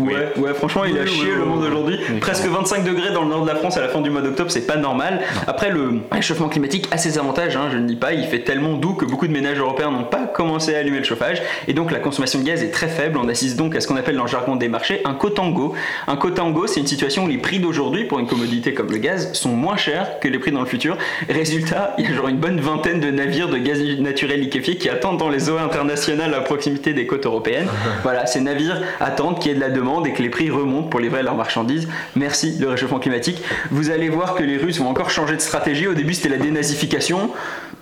[SPEAKER 11] Ouais, ouais, franchement, il a
[SPEAKER 2] Oui, oui,
[SPEAKER 11] chié
[SPEAKER 2] oui,
[SPEAKER 11] le
[SPEAKER 2] oui,
[SPEAKER 11] monde
[SPEAKER 2] oui.
[SPEAKER 11] aujourd'hui.
[SPEAKER 2] D'accord.
[SPEAKER 11] Presque 25 degrés dans le nord de la France à la fin du mois d'octobre, c'est pas normal. Après, le réchauffement climatique a ses avantages, hein, je ne dis pas. Il fait tellement doux que beaucoup de ménages européens n'ont pas commencé à allumer le chauffage. Et donc, la consommation de gaz est très faible. On assiste donc à ce qu'on appelle dans le jargon des marchés un cotango. Un cotango, c'est une situation où les prix d'aujourd'hui pour une commodité comme le gaz sont moins chers que les prix dans le futur. Résultat, il y a genre une bonne vingtaine de navires de gaz naturel liquéfié qui attendent dans les eaux internationales à proximité des côtes européennes. Voilà, ces navires attendent qu'il y ait de la demande et que les prix remontent pour livrer leurs marchandises. Merci le réchauffement climatique. Vous allez voir que les Russes vont encore changer de stratégie. Au début, c'était la dénazification.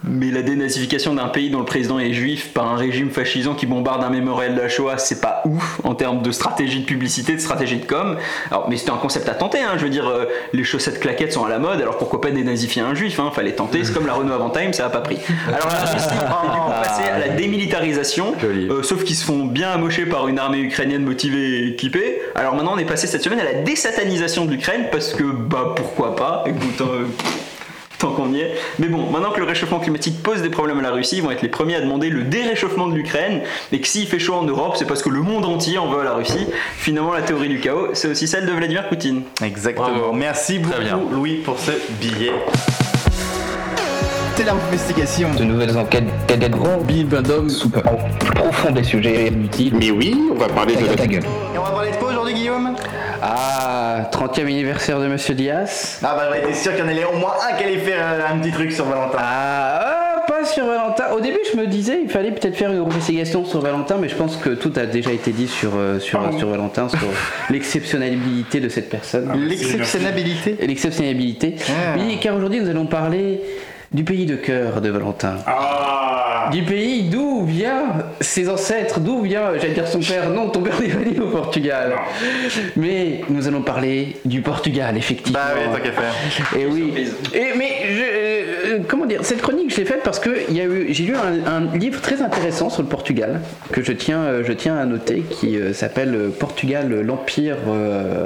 [SPEAKER 11] Mais la dénazification d'un pays dont le président est juif par un régime fascisant qui bombarde un mémorial de la Shoah, c'est pas ouf en termes de stratégie de publicité, de stratégie de com. Alors, mais c'était un concept à tenter. hein. Je veux dire, euh, les chaussettes claquettes sont à la mode, alors pourquoi pas dénazifier un juif hein Fallait tenter. C'est comme la Renault Avantime, ça a pas pris. Alors la Russie est du coup passée à la démilitarisation, euh, sauf qu'ils se font bien amocher par une armée ukrainienne motivée et équipée. Alors maintenant, on est passé cette semaine à la désatanisation de l'Ukraine parce que bah pourquoi pas Écoute. euh, Tant qu'on y est. Mais bon, maintenant que le réchauffement climatique pose des problèmes à la Russie, ils vont être les premiers à demander le déréchauffement de l'Ukraine, et que s'il fait chaud en Europe, c'est parce que le monde entier en veut à la Russie. Finalement, la théorie du chaos, c'est aussi celle de Vladimir Poutine.
[SPEAKER 9] Exactement. Merci beaucoup, Louis, pour ce billet.
[SPEAKER 16] C'est l'investigation. De nouvelles enquêtes cadavres. Bible d'hommes soupapant. Profond des sujets inutiles. Mais oui, on va parler de ta gueule.
[SPEAKER 9] Et on va parler de quoi aujourd'hui, Guillaume
[SPEAKER 3] Ah, 30e anniversaire de Monsieur Diaz.
[SPEAKER 9] Ah bah j'aurais été sûr qu'il y en allait au moins un qui allait faire euh, un petit truc sur Valentin.
[SPEAKER 3] Ah, pas sur Valentin. Au début, je me disais, il fallait peut-être faire une investigation sur Valentin, mais je pense que tout a déjà été dit sur, euh, sur, sur Valentin, sur l'exceptionnalité de cette personne.
[SPEAKER 9] L'exceptionnabilité
[SPEAKER 3] L'exceptionnalité. Oui, car aujourd'hui, nous allons parler du pays de cœur de Valentin. Du pays d'où vient ses ancêtres, d'où vient, j'allais dire son père, non, ton père n'est pas né au Portugal. Mais nous allons parler du Portugal, effectivement. Bah
[SPEAKER 9] oui, tant qu'à faire.
[SPEAKER 3] Et oui. Et, mais je- euh, comment dire, cette chronique, je l'ai faite parce que il y a eu, j'ai lu un, un livre très intéressant sur le Portugal que je tiens, euh, je tiens à noter, qui euh, s'appelle euh, Portugal, euh, l'empire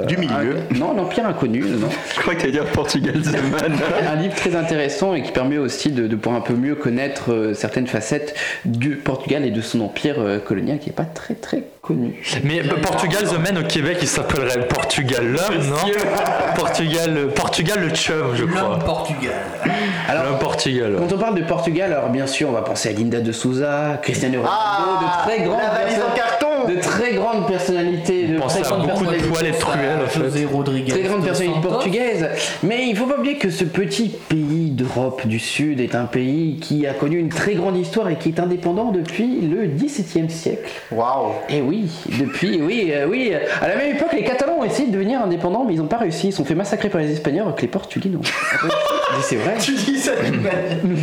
[SPEAKER 3] du milieu. non, l'empire inconnu. Non.
[SPEAKER 11] Je crois que tu dire Portugal Zeman.
[SPEAKER 3] un livre très intéressant et qui permet aussi de, de pouvoir un peu mieux connaître euh, certaines facettes du Portugal et de son empire euh, colonial qui est pas très très connu.
[SPEAKER 10] Mais euh, Portugal The Man au Québec, il s'appellerait Portugal l'homme, non Portugal, euh, Portugal le chum, je crois.
[SPEAKER 6] Portugal.
[SPEAKER 3] Alors,
[SPEAKER 10] Portugal.
[SPEAKER 3] Quand on parle de Portugal, alors bien sûr, on va penser à Linda de Souza, Cristiano Ronaldo, de très grandes
[SPEAKER 9] Ah, la valise en
[SPEAKER 3] personnes-
[SPEAKER 9] carton
[SPEAKER 3] de très grandes personnalités, de
[SPEAKER 10] Pensez
[SPEAKER 3] très
[SPEAKER 9] ça a beaucoup de poils et de truelles, en fait.
[SPEAKER 3] Très grande
[SPEAKER 9] de
[SPEAKER 3] personnalité
[SPEAKER 9] Santos.
[SPEAKER 3] portugaise. Mais il faut pas oublier que ce petit pays d'Europe du Sud est un pays qui a connu une très grande histoire et qui est indépendant depuis le XVIIe siècle.
[SPEAKER 9] Waouh
[SPEAKER 3] Et oui, depuis, oui, euh, oui. À la même époque, les Catalans ont essayé de devenir indépendants, mais ils n'ont pas réussi. Ils se sont fait massacrer par les Espagnols, alors que les Portugais non. Mais c'est vrai.
[SPEAKER 9] Tu dis ça d'une manière-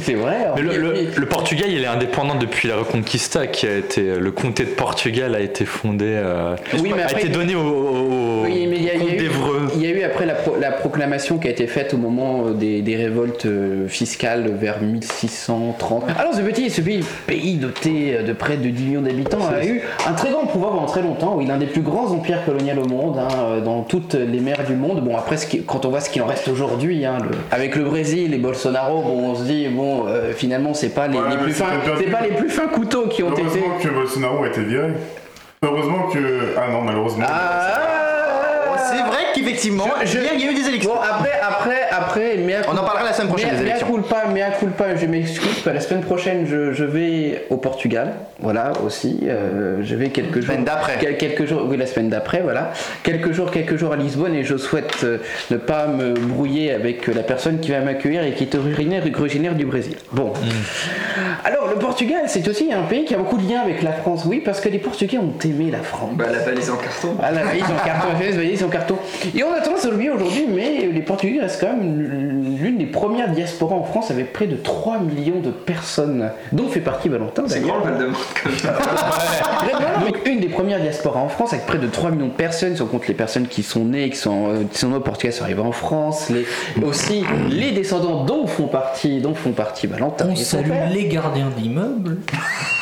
[SPEAKER 3] C'est vrai.
[SPEAKER 10] Mais le, le- le Portugal, il est indépendant depuis la Reconquista, qui a été le comté de Portugal a été fondé, euh,
[SPEAKER 3] Oui, mais
[SPEAKER 10] a
[SPEAKER 3] après-
[SPEAKER 10] été donné au, au- au-
[SPEAKER 3] Oui, mais il y a- il y, a
[SPEAKER 10] comte
[SPEAKER 3] eu-
[SPEAKER 10] d'Evreux.
[SPEAKER 3] il y a eu après la, pro- la proclamation qui a été faite au moment euh, des, des révoltes euh, fiscales vers 1630. Alors ce petit, ce petit pays doté euh, de près de 10 millions d'habitants a eu un très grand pouvoir pendant très longtemps. Oui, l'un des plus grands empires coloniaux au monde, hein, euh, dans toutes les mers du monde. Bon, après, ce qui- quand on voit ce qu'il en reste aujourd'hui, hein, le- avec le Brésil et Bolsonaro, bon, on se dit, bon, euh, finalement, c'est pas les, les plus fins. C'est pas les plus fins couteaux qui ont été.
[SPEAKER 7] Heureusement que Bolsonaro a été viré. Heureusement que. Ah non, malheureusement.
[SPEAKER 9] Oh, C'est vrai qu'effectivement,
[SPEAKER 3] Je- je-
[SPEAKER 9] hier, il y a eu des élections.
[SPEAKER 3] Bon, après, après, après, mea
[SPEAKER 9] On en parlera la semaine prochaine
[SPEAKER 3] mea-
[SPEAKER 9] des
[SPEAKER 3] mea
[SPEAKER 9] élections.
[SPEAKER 3] culpa, mea culpa, je m'excuse. La semaine prochaine, je, je vais au Portugal. Voilà, aussi. euh, je vais quelques jours.
[SPEAKER 9] d'après.
[SPEAKER 3] quel- quelques jours, oui, la semaine d'après, voilà. Quelques jours, quelques jours à Lisbonne et je souhaite euh, ne pas me brouiller avec euh, la personne qui va m'accueillir et qui est originaire, originaire du Brésil. Bon. Alors, le Portugal, c'est aussi un pays qui a beaucoup de liens avec la France, oui, parce que les Portugais ont aimé la France.
[SPEAKER 11] Bah, la valise en carton.
[SPEAKER 3] Ah la valise en carton, la valise en carton. Et on a tendance à l'oublier aujourd'hui, mais les Portugais restent quand même l'une des premières diasporas en France avec près de 3 millions de personnes, dont fait partie Valentin
[SPEAKER 11] C'est grand
[SPEAKER 3] d'ailleurs.
[SPEAKER 11] le Val de Monde comme ça.
[SPEAKER 3] Donc, une des premières diasporas en France avec près de 3 millions de personnes, si on compte les personnes qui sont nées, qui sont, euh, qui sont nées au Portugal, sont arrivées en France, les, aussi les descendants dont font partie, dont font partie Valentin.
[SPEAKER 6] On
[SPEAKER 3] et son
[SPEAKER 6] salue
[SPEAKER 3] père.
[SPEAKER 6] les gardiens d'immeubles.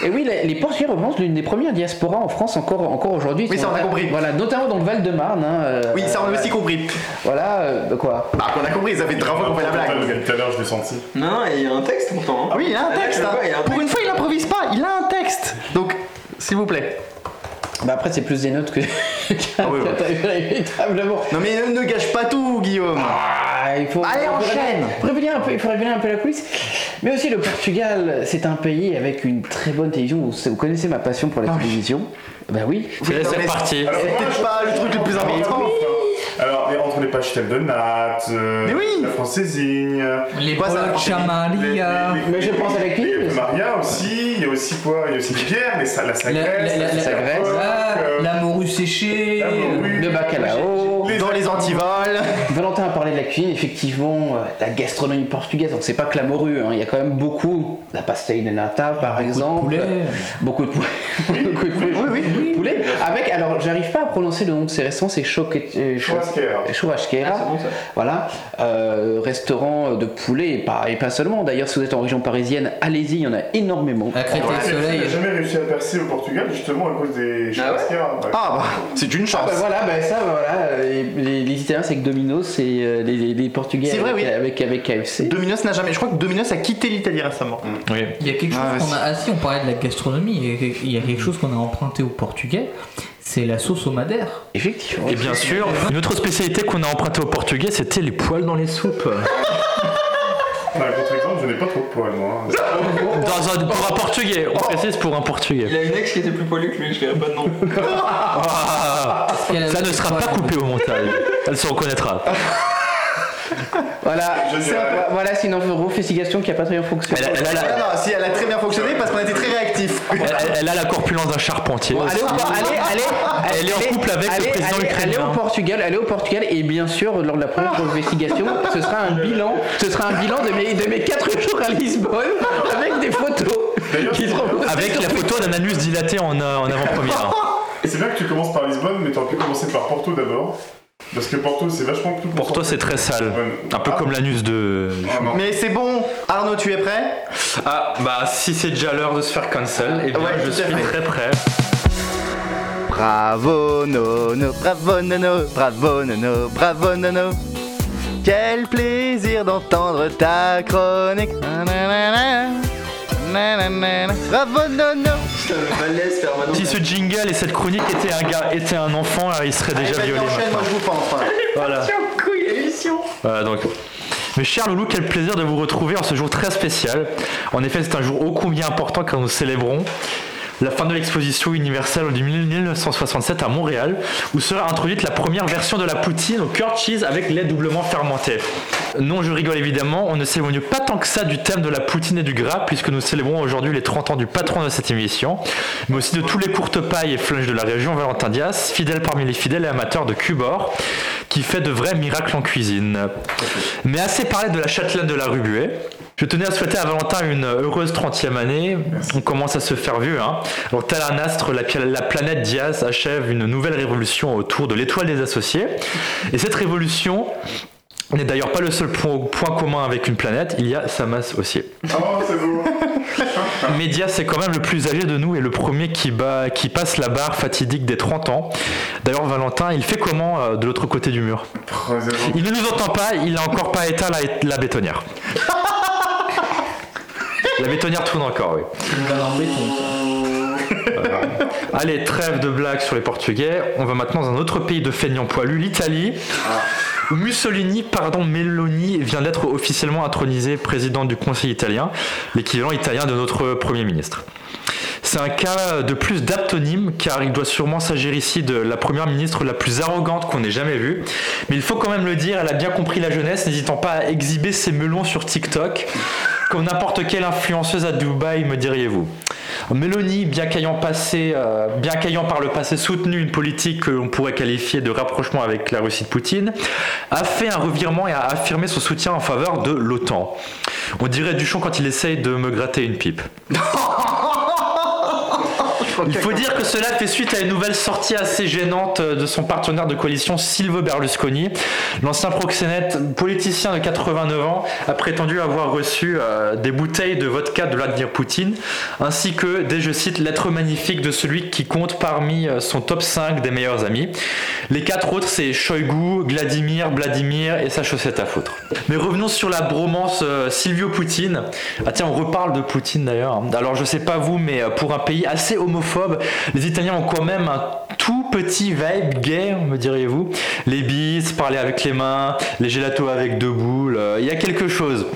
[SPEAKER 3] Et oui, les, les Portugais représentent l'une des premières diasporas en France encore, encore aujourd'hui.
[SPEAKER 9] Oui, ça, on a compris.
[SPEAKER 3] Voilà, notamment dans le Val-de-Marne. hein, euh,
[SPEAKER 9] Oui, ça, on a
[SPEAKER 3] euh,
[SPEAKER 9] aussi compris.
[SPEAKER 3] Voilà, euh, de quoi
[SPEAKER 9] Bah, on a compris, ça fait trois fois qu'on fait la blague.
[SPEAKER 7] Tout à l'heure, je l'ai senti.
[SPEAKER 11] Non, et il y a un texte pourtant. hein.
[SPEAKER 9] Ah oui, il a un
[SPEAKER 11] Ah,
[SPEAKER 9] texte.
[SPEAKER 11] je
[SPEAKER 9] hein.
[SPEAKER 11] vois, il y a un
[SPEAKER 9] Pour
[SPEAKER 11] texte.
[SPEAKER 9] une fois, il improvise pas, il a un texte. Donc, s'il vous plaît. Ah
[SPEAKER 3] Bah après, c'est plus des notes que. Véritablement.
[SPEAKER 9] Non, mais ne, ne gâche pas tout, Guillaume.
[SPEAKER 3] Ah, il faut.
[SPEAKER 9] Allez,
[SPEAKER 3] il faut
[SPEAKER 9] enchaîne.
[SPEAKER 3] révéler- faut révéler un peu, Il faut révéler un peu la coulisse. Mais aussi, le Portugal, c'est un pays avec une très bonne télévision. Vous, vous connaissez ma passion
[SPEAKER 9] Ah
[SPEAKER 3] pour la télévision Bah oui.
[SPEAKER 7] Oui, non, mais- Alors,
[SPEAKER 9] C'est
[SPEAKER 7] moi,
[SPEAKER 9] peut-être
[SPEAKER 7] je- Ah,
[SPEAKER 9] pas le truc le plus important.
[SPEAKER 7] Alors, les- entre les pages telles de Nat, euh,
[SPEAKER 9] Mais oui.
[SPEAKER 7] la francésigne,
[SPEAKER 6] Les
[SPEAKER 7] quoi, ça-
[SPEAKER 6] Brocha Maria.
[SPEAKER 7] les- les-
[SPEAKER 3] Mais je pense à la cuisine,
[SPEAKER 7] les- les-
[SPEAKER 3] ça.
[SPEAKER 7] Maria aussi, il y a aussi quoi Il y a aussi Pierre, mais ça, la
[SPEAKER 6] La, la,
[SPEAKER 7] Sagresse,
[SPEAKER 6] la, la, la- la morue séchée. euh,
[SPEAKER 3] Le bacalao.
[SPEAKER 9] Dans les antivols.
[SPEAKER 3] Valentin a parlé de la cuisine, effectivement, euh, la gastronomie portugaise, donc c'est pas que la morue, hein, il y a quand même beaucoup, la pastel de nata par exemple,
[SPEAKER 6] poulet.
[SPEAKER 3] beaucoup de poulet, beaucoup de poulet, oui, oui, poulet, avec, alors j'arrive pas à prononcer le nom de ces restaurants, c'est Choquet- euh, Cho-
[SPEAKER 7] Churrasquera.
[SPEAKER 3] Churrasquera, voilà, euh, restaurant de poulet, et pas, et pas seulement, d'ailleurs si vous êtes en région parisienne, allez-y, il y en a énormément.
[SPEAKER 6] La crête et le soleil.
[SPEAKER 7] n'a jamais réussi à percer au Portugal justement à cause des Churrasquera. ouais.
[SPEAKER 9] Ah, bah, c'est une chance.
[SPEAKER 3] Ah bah voilà, bah ça, bah voilà, euh, les, les- les Italiens c'est que Domino's et euh, les, les- les Portugais
[SPEAKER 9] C'est vrai,
[SPEAKER 3] avec,
[SPEAKER 9] oui.
[SPEAKER 3] avec, avec KFC.
[SPEAKER 9] Dominos n'a jamais. Je crois que Dominos a quitté l'Italie récemment.
[SPEAKER 10] Oui.
[SPEAKER 6] Il y a quelque chose
[SPEAKER 9] Ah, ouais,
[SPEAKER 6] qu'on a. Ah si, on parlait de la gastronomie. Il y a- Il y a quelque chose qu'on a emprunté aux Portugais. C'est la sauce au madère.
[SPEAKER 3] Effectivement.
[SPEAKER 10] Et bien sûr, une autre spécialité qu'on a empruntée aux Portugais, c'était les poils dans les soupes.
[SPEAKER 7] Bah, contre-exemple, je n'ai pas trop de poils, moi.
[SPEAKER 10] Dans un- pour un Portugais, on précise pour un Portugais.
[SPEAKER 11] Il a une ex qui était plus poilue que lui, je dirais pas de nom.
[SPEAKER 10] Ah,
[SPEAKER 6] qu'elle a-
[SPEAKER 10] ça ne sera pas coupé au montage. Elle se reconnaîtra.
[SPEAKER 3] Voilà,
[SPEAKER 7] Génial.
[SPEAKER 3] ça, voilà c'est une investigation qui a pas très bien fonctionné.
[SPEAKER 10] Elle a- elle a la-
[SPEAKER 9] Ah Non, non, si, elle a très bien fonctionné parce qu'on était très réactifs.
[SPEAKER 10] Elle, elle a la corpulence d'un charpentier.
[SPEAKER 3] Bon, allez, au, Por- allez, allez,
[SPEAKER 10] Elle est en couple avec le président
[SPEAKER 3] allez-
[SPEAKER 10] ukrainien.
[SPEAKER 3] allez au Portugal, allez au Portugal et bien sûr lors de la
[SPEAKER 6] Ah.
[SPEAKER 3] première investigation, ce sera un bilan, ce sera un bilan de mes de mes quatre jours à Lisbonne avec des photos qui seront postées
[SPEAKER 10] Avec
[SPEAKER 3] sur
[SPEAKER 10] la
[SPEAKER 3] Twitter.
[SPEAKER 10] photo d'un anus dilaté en, euh, en avant-première.
[SPEAKER 7] Et c'est bien que tu commences par Lisbonne, mais t'aurais pu commencer par Porto d'abord. Parce que Porto, c'est vachement plus.
[SPEAKER 10] Pour toi, c'est très sale. Un peu
[SPEAKER 7] Ah.
[SPEAKER 10] comme l'anus de.
[SPEAKER 7] Vraiment.
[SPEAKER 9] Mais c'est bon, Arnaud, tu es prêt
[SPEAKER 10] Ah, bah si c'est déjà l'heure de se faire cancel, eh bien
[SPEAKER 9] Ouais,
[SPEAKER 10] je
[SPEAKER 9] tout à
[SPEAKER 10] suis
[SPEAKER 9] fait.
[SPEAKER 10] très prêt.
[SPEAKER 9] Bravo Nono, bravo Nono, bravo Nono, bravo Nono. Quel plaisir d'entendre ta chronique. Nanana, nanana. Bravo Nono.
[SPEAKER 11] C'est un malaise permanent.
[SPEAKER 10] Si ce jingle et cette chronique étaient un, gars, étaient un enfant, alors il serait déjà
[SPEAKER 9] Allez,
[SPEAKER 10] violé.
[SPEAKER 9] maintenant, enchaîne,
[SPEAKER 10] maintenant.
[SPEAKER 9] Eh ben, moi je vous pense. hein.
[SPEAKER 10] Voilà. Voilà, donc. Mes chers loulous, quel plaisir de vous retrouver en ce jour très spécial. En effet, c'est un jour ô combien important car nous célébrons la fin de l'exposition universelle de 1967 à Montréal, où sera introduite la première version de la poutine au curd cheese avec lait doublement fermenté. Non, je rigole évidemment, on ne s'éloigne pas tant que ça du thème de la poutine et du gras, puisque nous célébrons aujourd'hui les 30 ans du patron de cette émission, mais aussi de tous les courtes pailles et flunches de la région, Valentin Dias, fidèle parmi les fidèles et amateurs de Cubor, qui fait de vrais miracles en cuisine. Mais assez parlé de la châtelaine de la rue Buet. Je tenais à souhaiter à Valentin une heureuse 30e année. On commence à se faire vieux. Hein. Alors, tel un astre, la, la planète Diaz achève une nouvelle révolution autour de l'étoile des associés. Et cette révolution n'est d'ailleurs pas le seul point, point commun avec une planète. Il y a sa masse aussi.
[SPEAKER 7] Oh, c'est beau.
[SPEAKER 10] Média, c'est quand même le plus âgé de nous et le premier qui, bat, qui passe la barre fatidique des 30 ans. D'ailleurs, Valentin, il fait comment euh, de l'autre côté du mur Il ne nous entend pas, il n'a encore pas éteint la, la bétonnière. La bétonnière tourne encore, oui. Voilà. Allez, trêve de blagues sur les Portugais. On va maintenant dans un autre pays de feignants poilus, l'Italie. où Mussolini, pardon, Meloni vient d'être officiellement intronisé président du Conseil italien, l'équivalent italien de notre Premier ministre. C'est un cas de plus d'aptonyme, car il doit sûrement s'agir ici de la première ministre la plus arrogante qu'on ait jamais vue. Mais il faut quand même le dire, elle a bien compris la jeunesse, n'hésitant pas à exhiber ses melons sur TikTok, comme n'importe quelle influenceuse à Dubaï, me diriez-vous. Mélanie, bien qu'ayant passé, euh, bien qu'ayant par le passé soutenu une politique que l'on pourrait qualifier de rapprochement avec la Russie de Poutine, a fait un revirement et a affirmé son soutien en faveur de l'OTAN. On dirait Duchamp quand il essaye de me gratter une pipe. Il faut dire que cela fait suite à une nouvelle sortie assez gênante euh, de son partenaire de coalition Silvio Berlusconi. L'ancien proxénète politicien de 89 ans a prétendu avoir reçu euh, des bouteilles de vodka de Vladimir Poutine, ainsi que des, je cite, lettres magnifiques de celui qui compte parmi euh, son top 5 des meilleurs amis. Les quatre autres, c'est Shoigu, Vladimir, Vladimir et sa chaussette à foutre. Mais revenons sur la bromance euh, Silvio-Poutine. Ah tiens, on reparle de Poutine d'ailleurs. hein. Alors je sais pas vous, mais euh, pour un pays assez homophobe, les Italiens ont quand même un tout petit vibe gay, me diriez-vous. Les bis, parler avec les mains, les gelatos avec deux boules, euh, il y a quelque chose.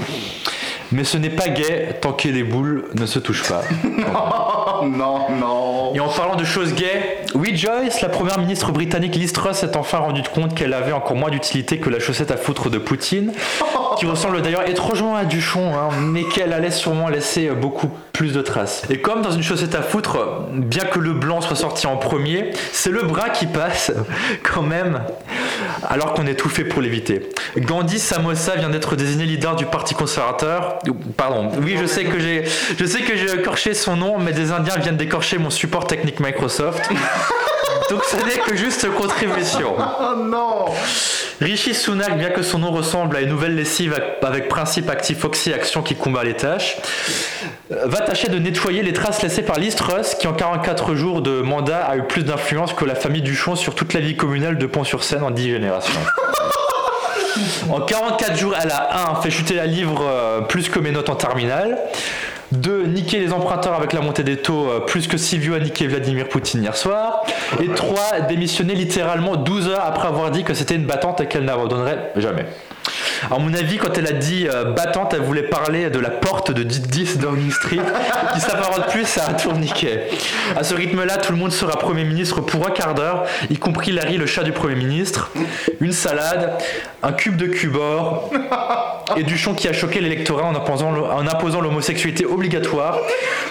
[SPEAKER 10] Mais ce n'est pas gay tant que les boules ne se touchent pas.
[SPEAKER 3] Oh,
[SPEAKER 9] non, non.
[SPEAKER 10] Et en parlant de choses gays, oui, Joyce, la première ministre britannique Liz Truss s'est enfin rendue compte qu'elle avait encore moins d'utilité que la chaussette à foutre de Poutine, qui ressemble d'ailleurs étrangement à Duchon, hein, mais qu'elle allait sûrement laisser beaucoup plus de traces. Et comme dans une chaussette à foutre, bien que le blanc soit sorti en premier, c'est le bras qui passe quand même, alors qu'on est tout fait pour l'éviter. Gandhi Samosa vient d'être désigné leader du Parti conservateur. Pardon, oui, je sais que j'ai, je sais que j'ai écorché son nom, mais des Indiens viennent d'écorcher mon support technique Microsoft. Donc ce n'est que juste contribution.
[SPEAKER 9] Oh non
[SPEAKER 10] Rishi Sunak, bien que son nom ressemble à une nouvelle lessive avec principe actif oxy action qui combat les tâches, euh, va tâcher de nettoyer les traces laissées par Liz Truss, qui en 44 jours de mandat a eu plus d'influence que la famille Duchon sur toute la vie communale de Pont-sur-Seine en 10 générations. En 44 jours, elle a 1. fait chuter la livre euh, plus que mes notes en terminale. 2. niquer les emprunteurs avec la montée des taux euh, plus que Silvio a niqué Vladimir Poutine hier soir. Et 3. démissionner littéralement 12 heures après avoir dit que c'était une battante et qu'elle n'abandonnerait jamais. À mon avis, quand elle a dit euh, battante, elle voulait parler de la porte de 10 Downing Street, qui s'apparente plus à un tourniquet. À ce rythme-là, tout le monde sera Premier ministre pour un quart d'heure, y compris Larry, le chat du Premier ministre, une salade, un cube de cubor, et Duchon qui a choqué l'électorat en imposant le- en imposant l'homosexualité obligatoire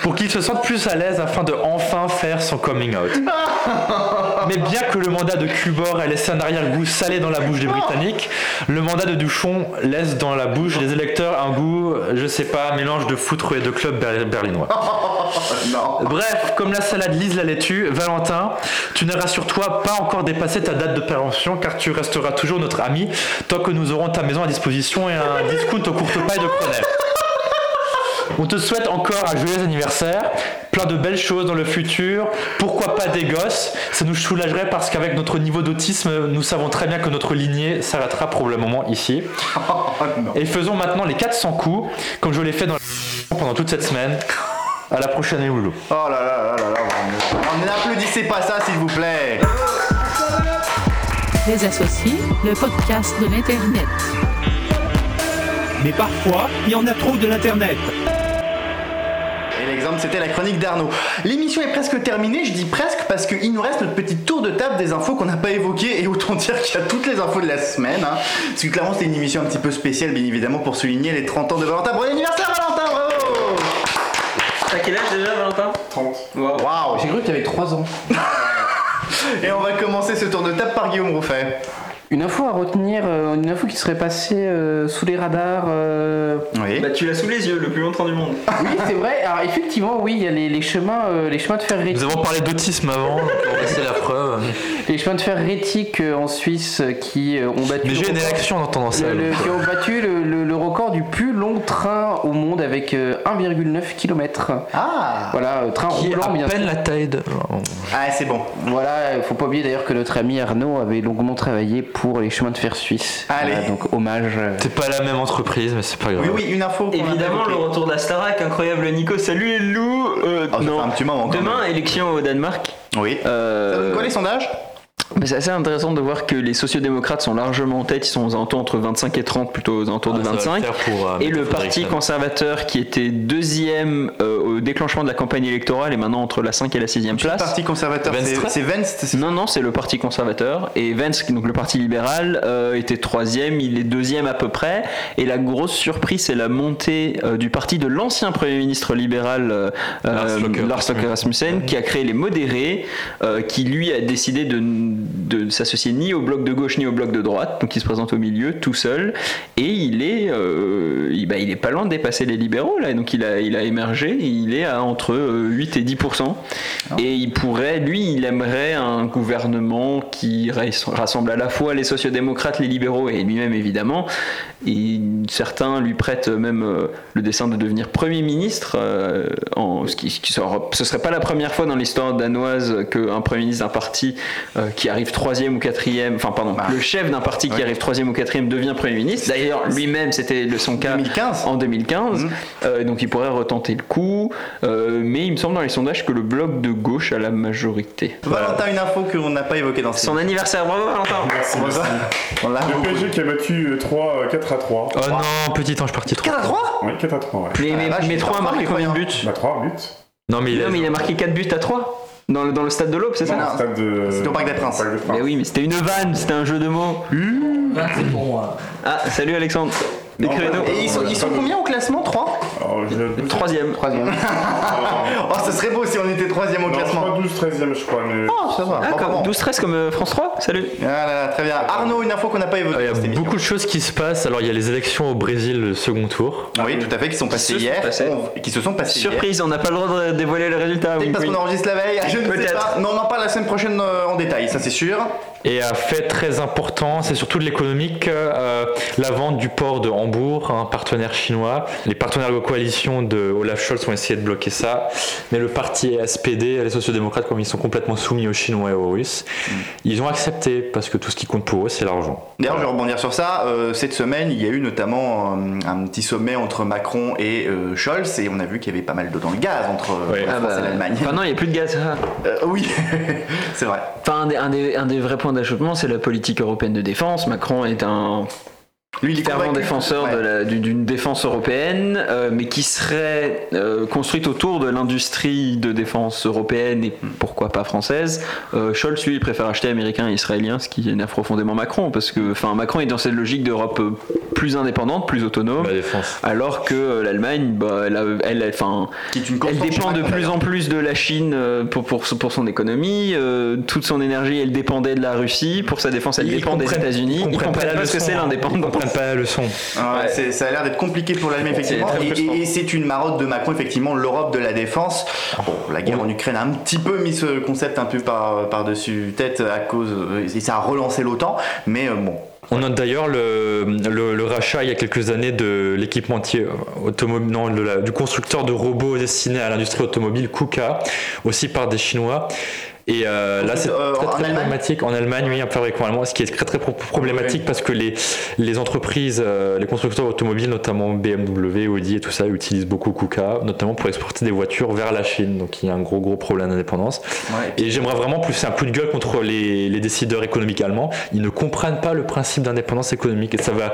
[SPEAKER 10] pour qu'il se sente plus à l'aise afin de enfin faire son coming out. Mais bien que le mandat de Cubor ait laissé un arrière-goût salé dans la bouche des Britanniques, le mandat de Duchon laisse dans la bouche des électeurs un goût, je sais pas, mélange de foutre et de club ber- berlinois. Bref, comme la salade lise la laitue, Valentin, tu n'auras sur toi pas encore dépassé ta date de péremption car tu resteras toujours notre ami tant que nous aurons ta maison à disposition et un discount au courte paille de Cronel. On te souhaite encore un joyeux anniversaire, plein de belles choses dans le futur, pourquoi pas des gosses, ça nous soulagerait parce qu'avec notre niveau d'autisme, nous savons très bien que notre lignée s'arrêtera probablement ici. Et faisons maintenant les 400 coups, comme je l'ai fait dans la- pendant toute cette semaine. À la prochaine, les loulous.
[SPEAKER 9] Oh là là là là là, vraiment. On n'applaudissez Oh, pas ça, s'il vous plaît.
[SPEAKER 18] Les associés, le podcast de l'Internet.
[SPEAKER 12] Mais parfois, il y en a trop de l'Internet.
[SPEAKER 9] Et l'exemple, c'était la chronique d'Arnaud. L'émission est presque terminée, je dis presque parce qu'il nous reste notre petit tour de table des infos qu'on n'a pas évoquées et autant dire qu'il y a toutes les infos de la semaine. hein. Parce que clairement, c'était une émission un petit peu spéciale, bien évidemment, pour souligner les 30 ans de Valentin. Bon anniversaire, Valentin bravo
[SPEAKER 11] T'as quel âge déjà, Valentin
[SPEAKER 9] 30. Waouh J'ai cru que t'avais 3 ans. Et on va commencer ce tour de table par Guillaume Rouffet.
[SPEAKER 3] Une info à retenir, euh, une info qui serait passée euh, sous les radars. euh,
[SPEAKER 11] Bah, tu l'as sous les yeux le plus longtemps du monde.
[SPEAKER 3] Oui, c'est vrai. Alors effectivement, oui, il y a les, les chemins, euh, les chemins de fer rétiques.
[SPEAKER 10] Nous avons parlé d'autisme avant, donc on laisser la preuve.
[SPEAKER 3] Les chemins de fer rétiques euh, en Suisse euh, qui euh, ont battu.
[SPEAKER 10] Mais
[SPEAKER 3] le
[SPEAKER 10] j'ai une
[SPEAKER 3] record-
[SPEAKER 10] érection en entendant ça,
[SPEAKER 3] Le- le-
[SPEAKER 10] donc.
[SPEAKER 3] qui ont battu le, le- le record du plus long train au monde avec euh, 1,9 km.
[SPEAKER 9] Ah.
[SPEAKER 3] Voilà, euh, train
[SPEAKER 10] Qui est
[SPEAKER 3] roulant
[SPEAKER 10] à
[SPEAKER 3] bien
[SPEAKER 10] peine
[SPEAKER 3] sûr.
[SPEAKER 10] la taille de.
[SPEAKER 9] Ah, c'est bon.
[SPEAKER 3] Voilà, il faut pas oublier d'ailleurs que notre ami Arnaud avait longuement travaillé pour les chemins de fer suisses.
[SPEAKER 9] Allez.
[SPEAKER 3] Voilà, donc euh, hommage. euh,
[SPEAKER 10] C'est pas la même entreprise, mais c'est pas grave.
[SPEAKER 9] Oui, oui, une info.
[SPEAKER 11] Évidemment, le retour de la Starac, incroyable Nico. Salut les loups Euh,
[SPEAKER 10] Ah,
[SPEAKER 11] Non,
[SPEAKER 9] Oh, un petit moment quand
[SPEAKER 11] demain, élection au Danemark. Euh,
[SPEAKER 9] Oui. Ça donne quoi les sondages
[SPEAKER 11] Mais c'est assez intéressant de voir que les sociodémocrates sont largement en tête, ils sont aux alentours entre 25 et 30, plutôt aux alentours de
[SPEAKER 10] Ah, ça va le
[SPEAKER 11] 25.
[SPEAKER 10] faire pour, euh,
[SPEAKER 11] et le
[SPEAKER 10] Faudrait
[SPEAKER 11] parti
[SPEAKER 10] que ça-
[SPEAKER 11] conservateur qui était deuxième euh, au déclenchement de la campagne électorale est maintenant entre la 5 et la 6e place. Le
[SPEAKER 9] parti conservateur, c'est- Venstre c'est Venstre
[SPEAKER 11] Non, non, c'est le parti conservateur. Et Venstre, donc le parti libéral, euh, était troisième, il est deuxième à peu près. Et la grosse surprise, c'est la montée euh, du parti de l'ancien Premier ministre libéral euh, euh, Lars Løkke Rasmussen, qui a créé les modérés, euh, qui lui a décidé de ne s'associer ni au bloc de gauche ni au bloc de droite, donc il se présente au milieu tout seul, et il est, euh, il, bah, il est pas loin de dépasser les libéraux là, donc il a, il a émergé, et il est à entre euh, 8 et 10 et il pourrait, lui, il aimerait un gouvernement qui rais- rassemble à la fois les sociodémocrates, les libéraux et lui-même évidemment, et certains lui prêtent même euh, le dessein de devenir Premier ministre, euh, en, ce qui, ce qui sera- ce serait pas la première fois dans l'histoire danoise qu'un Premier ministre d'un parti euh, qui arrive troisième ou quatrième, enfin pardon, le chef d'un parti qui arrive troisième ou quatrième devient Premier ministre. D'ailleurs, lui-même, c'était le- son cas en 2015, Euh, donc il pourrait retenter le coup, Euh, mais il me semble dans les sondages que le bloc de gauche a la majorité.
[SPEAKER 9] Valentin, une info qu'on n'a pas évoquée dans
[SPEAKER 11] Son anniversaire, bravo Valentin
[SPEAKER 7] Merci,
[SPEAKER 11] On va
[SPEAKER 7] merci.
[SPEAKER 11] pas-
[SPEAKER 7] Le PSG qui a battu euh, 3, euh, 4 à 3.
[SPEAKER 10] Oh non, petit ange parti 3.
[SPEAKER 9] 4 à 3
[SPEAKER 7] Oui, 4 à 3, ouais.
[SPEAKER 11] Mais, mais,
[SPEAKER 9] Ah,
[SPEAKER 11] mais trois a marqué combien de buts
[SPEAKER 7] Bah, 3 buts.
[SPEAKER 10] Non, mais il,
[SPEAKER 11] Non, mais il a marqué 4 buts à 3 dans le, dans le stade de l'Aube, c'est ça
[SPEAKER 7] Dans le stade de-
[SPEAKER 11] C'est au Parc des Princes. Mais oui, mais c'était une vanne, c'était un jeu de mots.
[SPEAKER 6] c'est pour moi.
[SPEAKER 11] Ah, salut Alexandre.
[SPEAKER 9] Mm. Non, bah,
[SPEAKER 11] Écrivez-nous.
[SPEAKER 9] Et ils sont, ils sont combien au classement 3
[SPEAKER 11] Euh, Troisième. Ah,
[SPEAKER 3] Troisième.
[SPEAKER 9] oh, ce serait beau si on était troisième au classement.
[SPEAKER 7] 12, 13e, je crois. Mais...
[SPEAKER 9] Oh, ça va.
[SPEAKER 11] Ah,
[SPEAKER 9] Enfin,
[SPEAKER 11] comme-
[SPEAKER 9] bon.
[SPEAKER 11] 12-13 comme euh, France 3 Salut.
[SPEAKER 9] Ah là là, très bien. Arnaud, une info qu'on n'a pas
[SPEAKER 11] Ah,
[SPEAKER 9] évoquée. dans cette
[SPEAKER 10] y a
[SPEAKER 9] émission.
[SPEAKER 10] beaucoup de choses qui se passent. Alors, il y a les élections au Brésil, le second tour.
[SPEAKER 9] Oui, tout à fait, qui sont passées
[SPEAKER 11] Se sont
[SPEAKER 9] hier.
[SPEAKER 11] passées.
[SPEAKER 9] on- Qui se sont passées hier.
[SPEAKER 11] Surprise, on n'a pas le droit de dévoiler le résultat.
[SPEAKER 9] Ah, Peut-être
[SPEAKER 11] vous
[SPEAKER 9] parce
[SPEAKER 11] pouvez-
[SPEAKER 9] qu'on enregistre la veille, je ne sais
[SPEAKER 11] Peut-être.
[SPEAKER 9] pas. Non, on en parle la semaine prochaine euh, en détail, ça c'est sûr.
[SPEAKER 10] Et un fait très important, c'est surtout de l'économique, euh, la vente du port de Hambourg, un partenaire chinois. Les partenaires de coalition de Olaf Scholz ont essayé de bloquer ça, mais le parti SPD, les sociodémocrates, comme ils sont complètement soumis aux Chinois et aux Russes, ils ont accepté parce que tout ce qui compte pour eux, c'est l'argent.
[SPEAKER 9] D'ailleurs, je vais rebondir sur ça. Euh, cette semaine, il y a eu notamment euh, un petit sommet entre Macron et euh, Scholz, et on a vu qu'il y avait pas mal d'eau dans le gaz entre euh, la
[SPEAKER 11] Ah
[SPEAKER 9] France
[SPEAKER 11] bah,
[SPEAKER 9] et l'Allemagne.
[SPEAKER 11] Enfin, non, il n'y a plus de gaz. Ah.
[SPEAKER 9] Euh, oui, c'est vrai.
[SPEAKER 11] Enfin, un des, un des- un des vrais points d'achoppement, c'est la politique européenne de défense. Macron est un.
[SPEAKER 9] Lui, il est
[SPEAKER 11] fervent
[SPEAKER 9] convaincu.
[SPEAKER 11] défenseur de la- du- d'une défense européenne, euh, mais qui serait euh, construite autour de l'industrie de défense européenne
[SPEAKER 9] Hmm.
[SPEAKER 11] et pourquoi pas française. Euh, Scholz, lui, il préfère acheter américain et israélien, ce qui énerve profondément Macron, parce que enfin, Macron est dans cette logique d'Europe euh, plus indépendante, plus autonome, alors que euh, l'Allemagne, bah, elle, a- elle, a- enfin, elle dépend de plus en plus de la Chine euh, pour, pour, pour son économie. euh, toute son énergie, elle dépendait de la Russie. Pour sa défense, elle
[SPEAKER 10] Ils
[SPEAKER 11] dépend des
[SPEAKER 10] comprennent-
[SPEAKER 11] États-Unis.
[SPEAKER 10] ils
[SPEAKER 11] Ils
[SPEAKER 10] comprennent
[SPEAKER 11] comprennent
[SPEAKER 10] pas la
[SPEAKER 11] pas ce que
[SPEAKER 10] leçon,
[SPEAKER 11] c'est
[SPEAKER 10] hein. Ils
[SPEAKER 11] l'indépendance.
[SPEAKER 10] comprennent pas la leçon.
[SPEAKER 9] Ouais, c'est- Ça a l'air d'être compliqué pour l'Allemagne,
[SPEAKER 11] C'est
[SPEAKER 9] effectivement.
[SPEAKER 11] très
[SPEAKER 9] Et,
[SPEAKER 11] frustrant.
[SPEAKER 9] et- et c'est une marotte de Macron, effectivement, l'Europe de la défense. Bon, la
[SPEAKER 11] Oh.
[SPEAKER 9] guerre en Ukraine a un petit peu mis ce concept un peu par- par-dessus tête à cause. euh, Et ça a relancé l'OTAN, mais euh, bon.
[SPEAKER 10] On note d'ailleurs le, le- le rachat il y a quelques années de l'équipementier automobile, non, de la- du constructeur de robots destinés à l'industrie automobile KUKA, aussi par des Chinois. Et euh, là, c'est
[SPEAKER 9] Euh,
[SPEAKER 10] très,
[SPEAKER 9] en
[SPEAKER 10] très
[SPEAKER 9] Allemagne
[SPEAKER 10] problématique. En Allemagne, oui, un fabricant allemand, ce qui est très très pro- problématique parce que les, les entreprises, euh, les constructeurs automobiles, notamment BMW, Audi et tout ça, utilisent beaucoup KUKA, notamment pour exporter des voitures vers la Chine. Donc il y a un gros gros problème d'indépendance. et j'aimerais vraiment pousser un coup de gueule contre les, les décideurs économiques allemands. Ils ne comprennent pas le principe d'indépendance économique. Et ça va,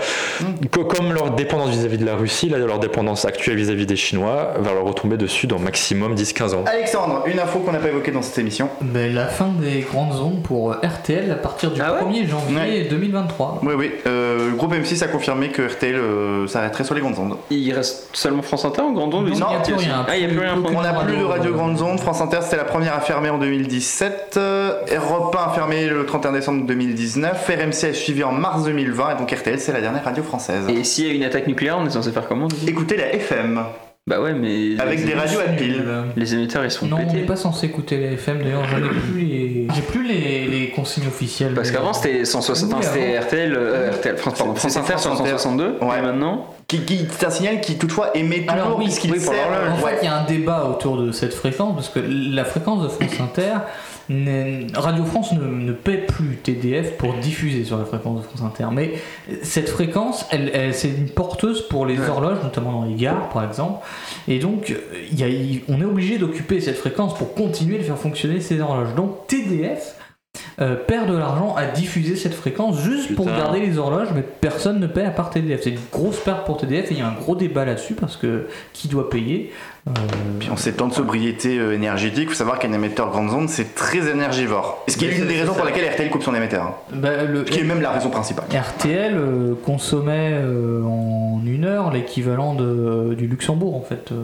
[SPEAKER 10] co- comme leur dépendance vis-à-vis de la Russie, là, leur dépendance actuelle vis-à-vis des Chinois va leur retomber dessus dans maximum 10-15 ans.
[SPEAKER 9] Alexandre, une info qu'on n'a pas évoquée dans cette émission.
[SPEAKER 6] Ben, la fin des grandes ondes pour euh, RTL à partir
[SPEAKER 3] Ah
[SPEAKER 6] du 1er janvier 2023.
[SPEAKER 9] Oui, oui. euh, le groupe M6 a confirmé que RTL euh, s'arrêterait sur les grandes ondes.
[SPEAKER 11] Il reste seulement France Inter en grande onde
[SPEAKER 9] Non,
[SPEAKER 11] il y a plus rien. Ah, il y a plus rien.
[SPEAKER 9] On n'a plus de radio grandes ondes. France Inter, c'était la première à fermer en 2017. Euh, Europe 1 a fermé le 31 décembre 2019. RMC a suivi en mars 2020. Et donc RTL, c'est la dernière radio française.
[SPEAKER 11] Et s'il y a une attaque nucléaire, on est censé faire comment
[SPEAKER 9] Écoutez la FM.
[SPEAKER 11] Bah ouais, mais.
[SPEAKER 9] Avec des radios à pile.
[SPEAKER 11] Les émetteurs, ils sont
[SPEAKER 6] Euh, Non, on
[SPEAKER 11] pétés.
[SPEAKER 6] n'est pas censé écouter la FM d'ailleurs, j'en ai plus les, j'ai plus les, les consignes officielles.
[SPEAKER 11] Parce qu'avant, c'était
[SPEAKER 6] Oui,
[SPEAKER 11] 161, c'était
[SPEAKER 6] avant.
[SPEAKER 11] RTL, euh, RTL, France, pardon, France Inter sur 162.
[SPEAKER 9] Ouais.
[SPEAKER 11] maintenant
[SPEAKER 9] qui, qui- C'est un signal qui, toutefois, émet toujours
[SPEAKER 6] Alors oui,
[SPEAKER 9] puisqu'il
[SPEAKER 6] oui, pour
[SPEAKER 9] sert.
[SPEAKER 6] l'horloge. en
[SPEAKER 9] Ouais.
[SPEAKER 6] fait, il y a un débat autour de cette fréquence parce que la fréquence de France Inter, n'est- Radio France ne, ne paie plus TDF pour diffuser sur la fréquence de France Inter, mais cette fréquence, elle, elle- c'est une porteuse pour les horloges, notamment dans les gares, par exemple, et donc euh, il y a- il- on est obligé d'occuper cette fréquence pour continuer de faire fonctionner ces horloges. Donc TDF. euh, perd de l'argent à diffuser cette fréquence juste pour
[SPEAKER 11] Putain.
[SPEAKER 6] garder les horloges, mais personne ne paie à part TDF. C'est une grosse perte pour TDF et il y a un gros débat là-dessus parce que qui doit payer euh,
[SPEAKER 9] Puis en ces temps de sobriété euh, énergétique, il faut savoir qu'un émetteur grandes ondes, c'est très énergivore. Ce qui est
[SPEAKER 6] Mais
[SPEAKER 9] l'une
[SPEAKER 6] c'est-
[SPEAKER 9] des
[SPEAKER 6] c'est
[SPEAKER 9] raisons
[SPEAKER 6] ça.
[SPEAKER 9] pour laquelle RTL coupe son émetteur. hein.
[SPEAKER 6] Bah, le-
[SPEAKER 9] Ce qui est même la raison principale.
[SPEAKER 6] RTL euh, consommait euh, en une heure l'équivalent de- du Luxembourg en fait. euh.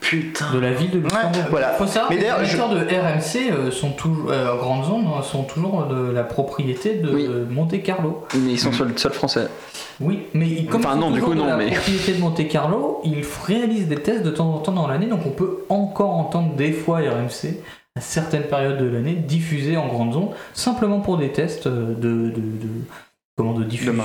[SPEAKER 9] Putain.
[SPEAKER 6] De la ville de Luxembourg.
[SPEAKER 9] voilà.
[SPEAKER 6] Faut savoir
[SPEAKER 9] Mais
[SPEAKER 6] que les
[SPEAKER 9] d'ailleurs, je-
[SPEAKER 6] émetteurs de RMC euh, sont toujours, euh, grandes ondes hein, sont toujours de la propriété de euh, Monte Carlo.
[SPEAKER 11] Mais ils sont sur le sol français.
[SPEAKER 6] Oui, mais comme
[SPEAKER 11] Enfin,
[SPEAKER 6] ils sont
[SPEAKER 11] non, du
[SPEAKER 6] toujours
[SPEAKER 11] coup,
[SPEAKER 6] de
[SPEAKER 11] non,
[SPEAKER 6] la
[SPEAKER 11] mais-
[SPEAKER 6] propriété de Monte Carlo, ils f- réalisent des tests de temps en temps dans l'année, donc on peut encore entendre des fois RMC à certaines périodes de l'année diffuser en grande zone simplement pour des tests euh, de, de, de- comment de diffusion.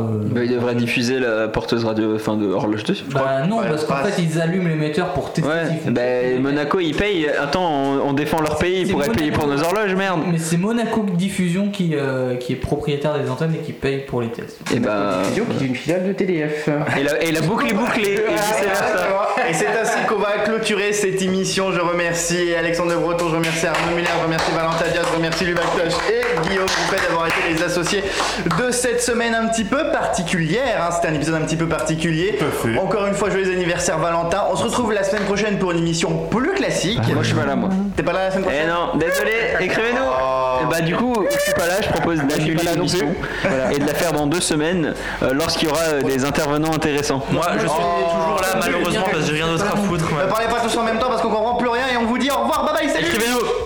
[SPEAKER 6] euh,
[SPEAKER 11] Bah, ils devraient diffuser la porteuse radio, enfin de horloge dessus. je
[SPEAKER 6] bah non,
[SPEAKER 11] Ouais,
[SPEAKER 6] parce qu'en
[SPEAKER 11] passe.
[SPEAKER 6] fait ils allument l'émetteur pour tester. s'ils font-
[SPEAKER 11] crois. Bah, Monaco, ils payent. Attends, on, on défend leur pays
[SPEAKER 6] C'est
[SPEAKER 11] pour être payé
[SPEAKER 6] Monaco.
[SPEAKER 11] pour nos horloges, merde.
[SPEAKER 6] Mais c'est Monaco Diffusion qui, euh, qui est propriétaire des antennes et qui paye pour les tests.
[SPEAKER 11] Et bah.
[SPEAKER 3] qui est une filiale de TDF.
[SPEAKER 11] Et la, et la boucle est bouclée. Et vice-versa.
[SPEAKER 9] Et c'est ainsi qu'on va clôturer cette émission. Je remercie Alexandre Le Breton, je remercie Arnaud Muller, je remercie Valentin Diaz, je remercie Lubac Cloche et Guillaume Coupet d'avoir été les associés de cette semaine un petit peu particulière. hein. C'était un épisode un petit peu particulier. Encore une fois, joyeux anniversaire Valentin. On se retrouve la semaine prochaine pour une émission plus classique.
[SPEAKER 11] Ah, Moi, je suis pas là, moi.
[SPEAKER 9] T'es pas là la semaine prochaine
[SPEAKER 11] Eh non, désolé, écrivez-nous.
[SPEAKER 2] Oh.
[SPEAKER 11] Et bah du coup, je suis pas là, je propose d'annuler l'émission voilà, et de la faire dans deux semaines euh, lorsqu'il y aura euh, des intervenants intéressants.
[SPEAKER 2] Moi, Ah, je suis toujours là,
[SPEAKER 9] malheureusement,
[SPEAKER 2] malheureusement, parce que j'ai rien d'autre à foutre.
[SPEAKER 9] Ne parlez pas tous en même temps parce qu'on comprend plus rien et on vous dit au revoir, bye bye, salut
[SPEAKER 11] Écrivez-nous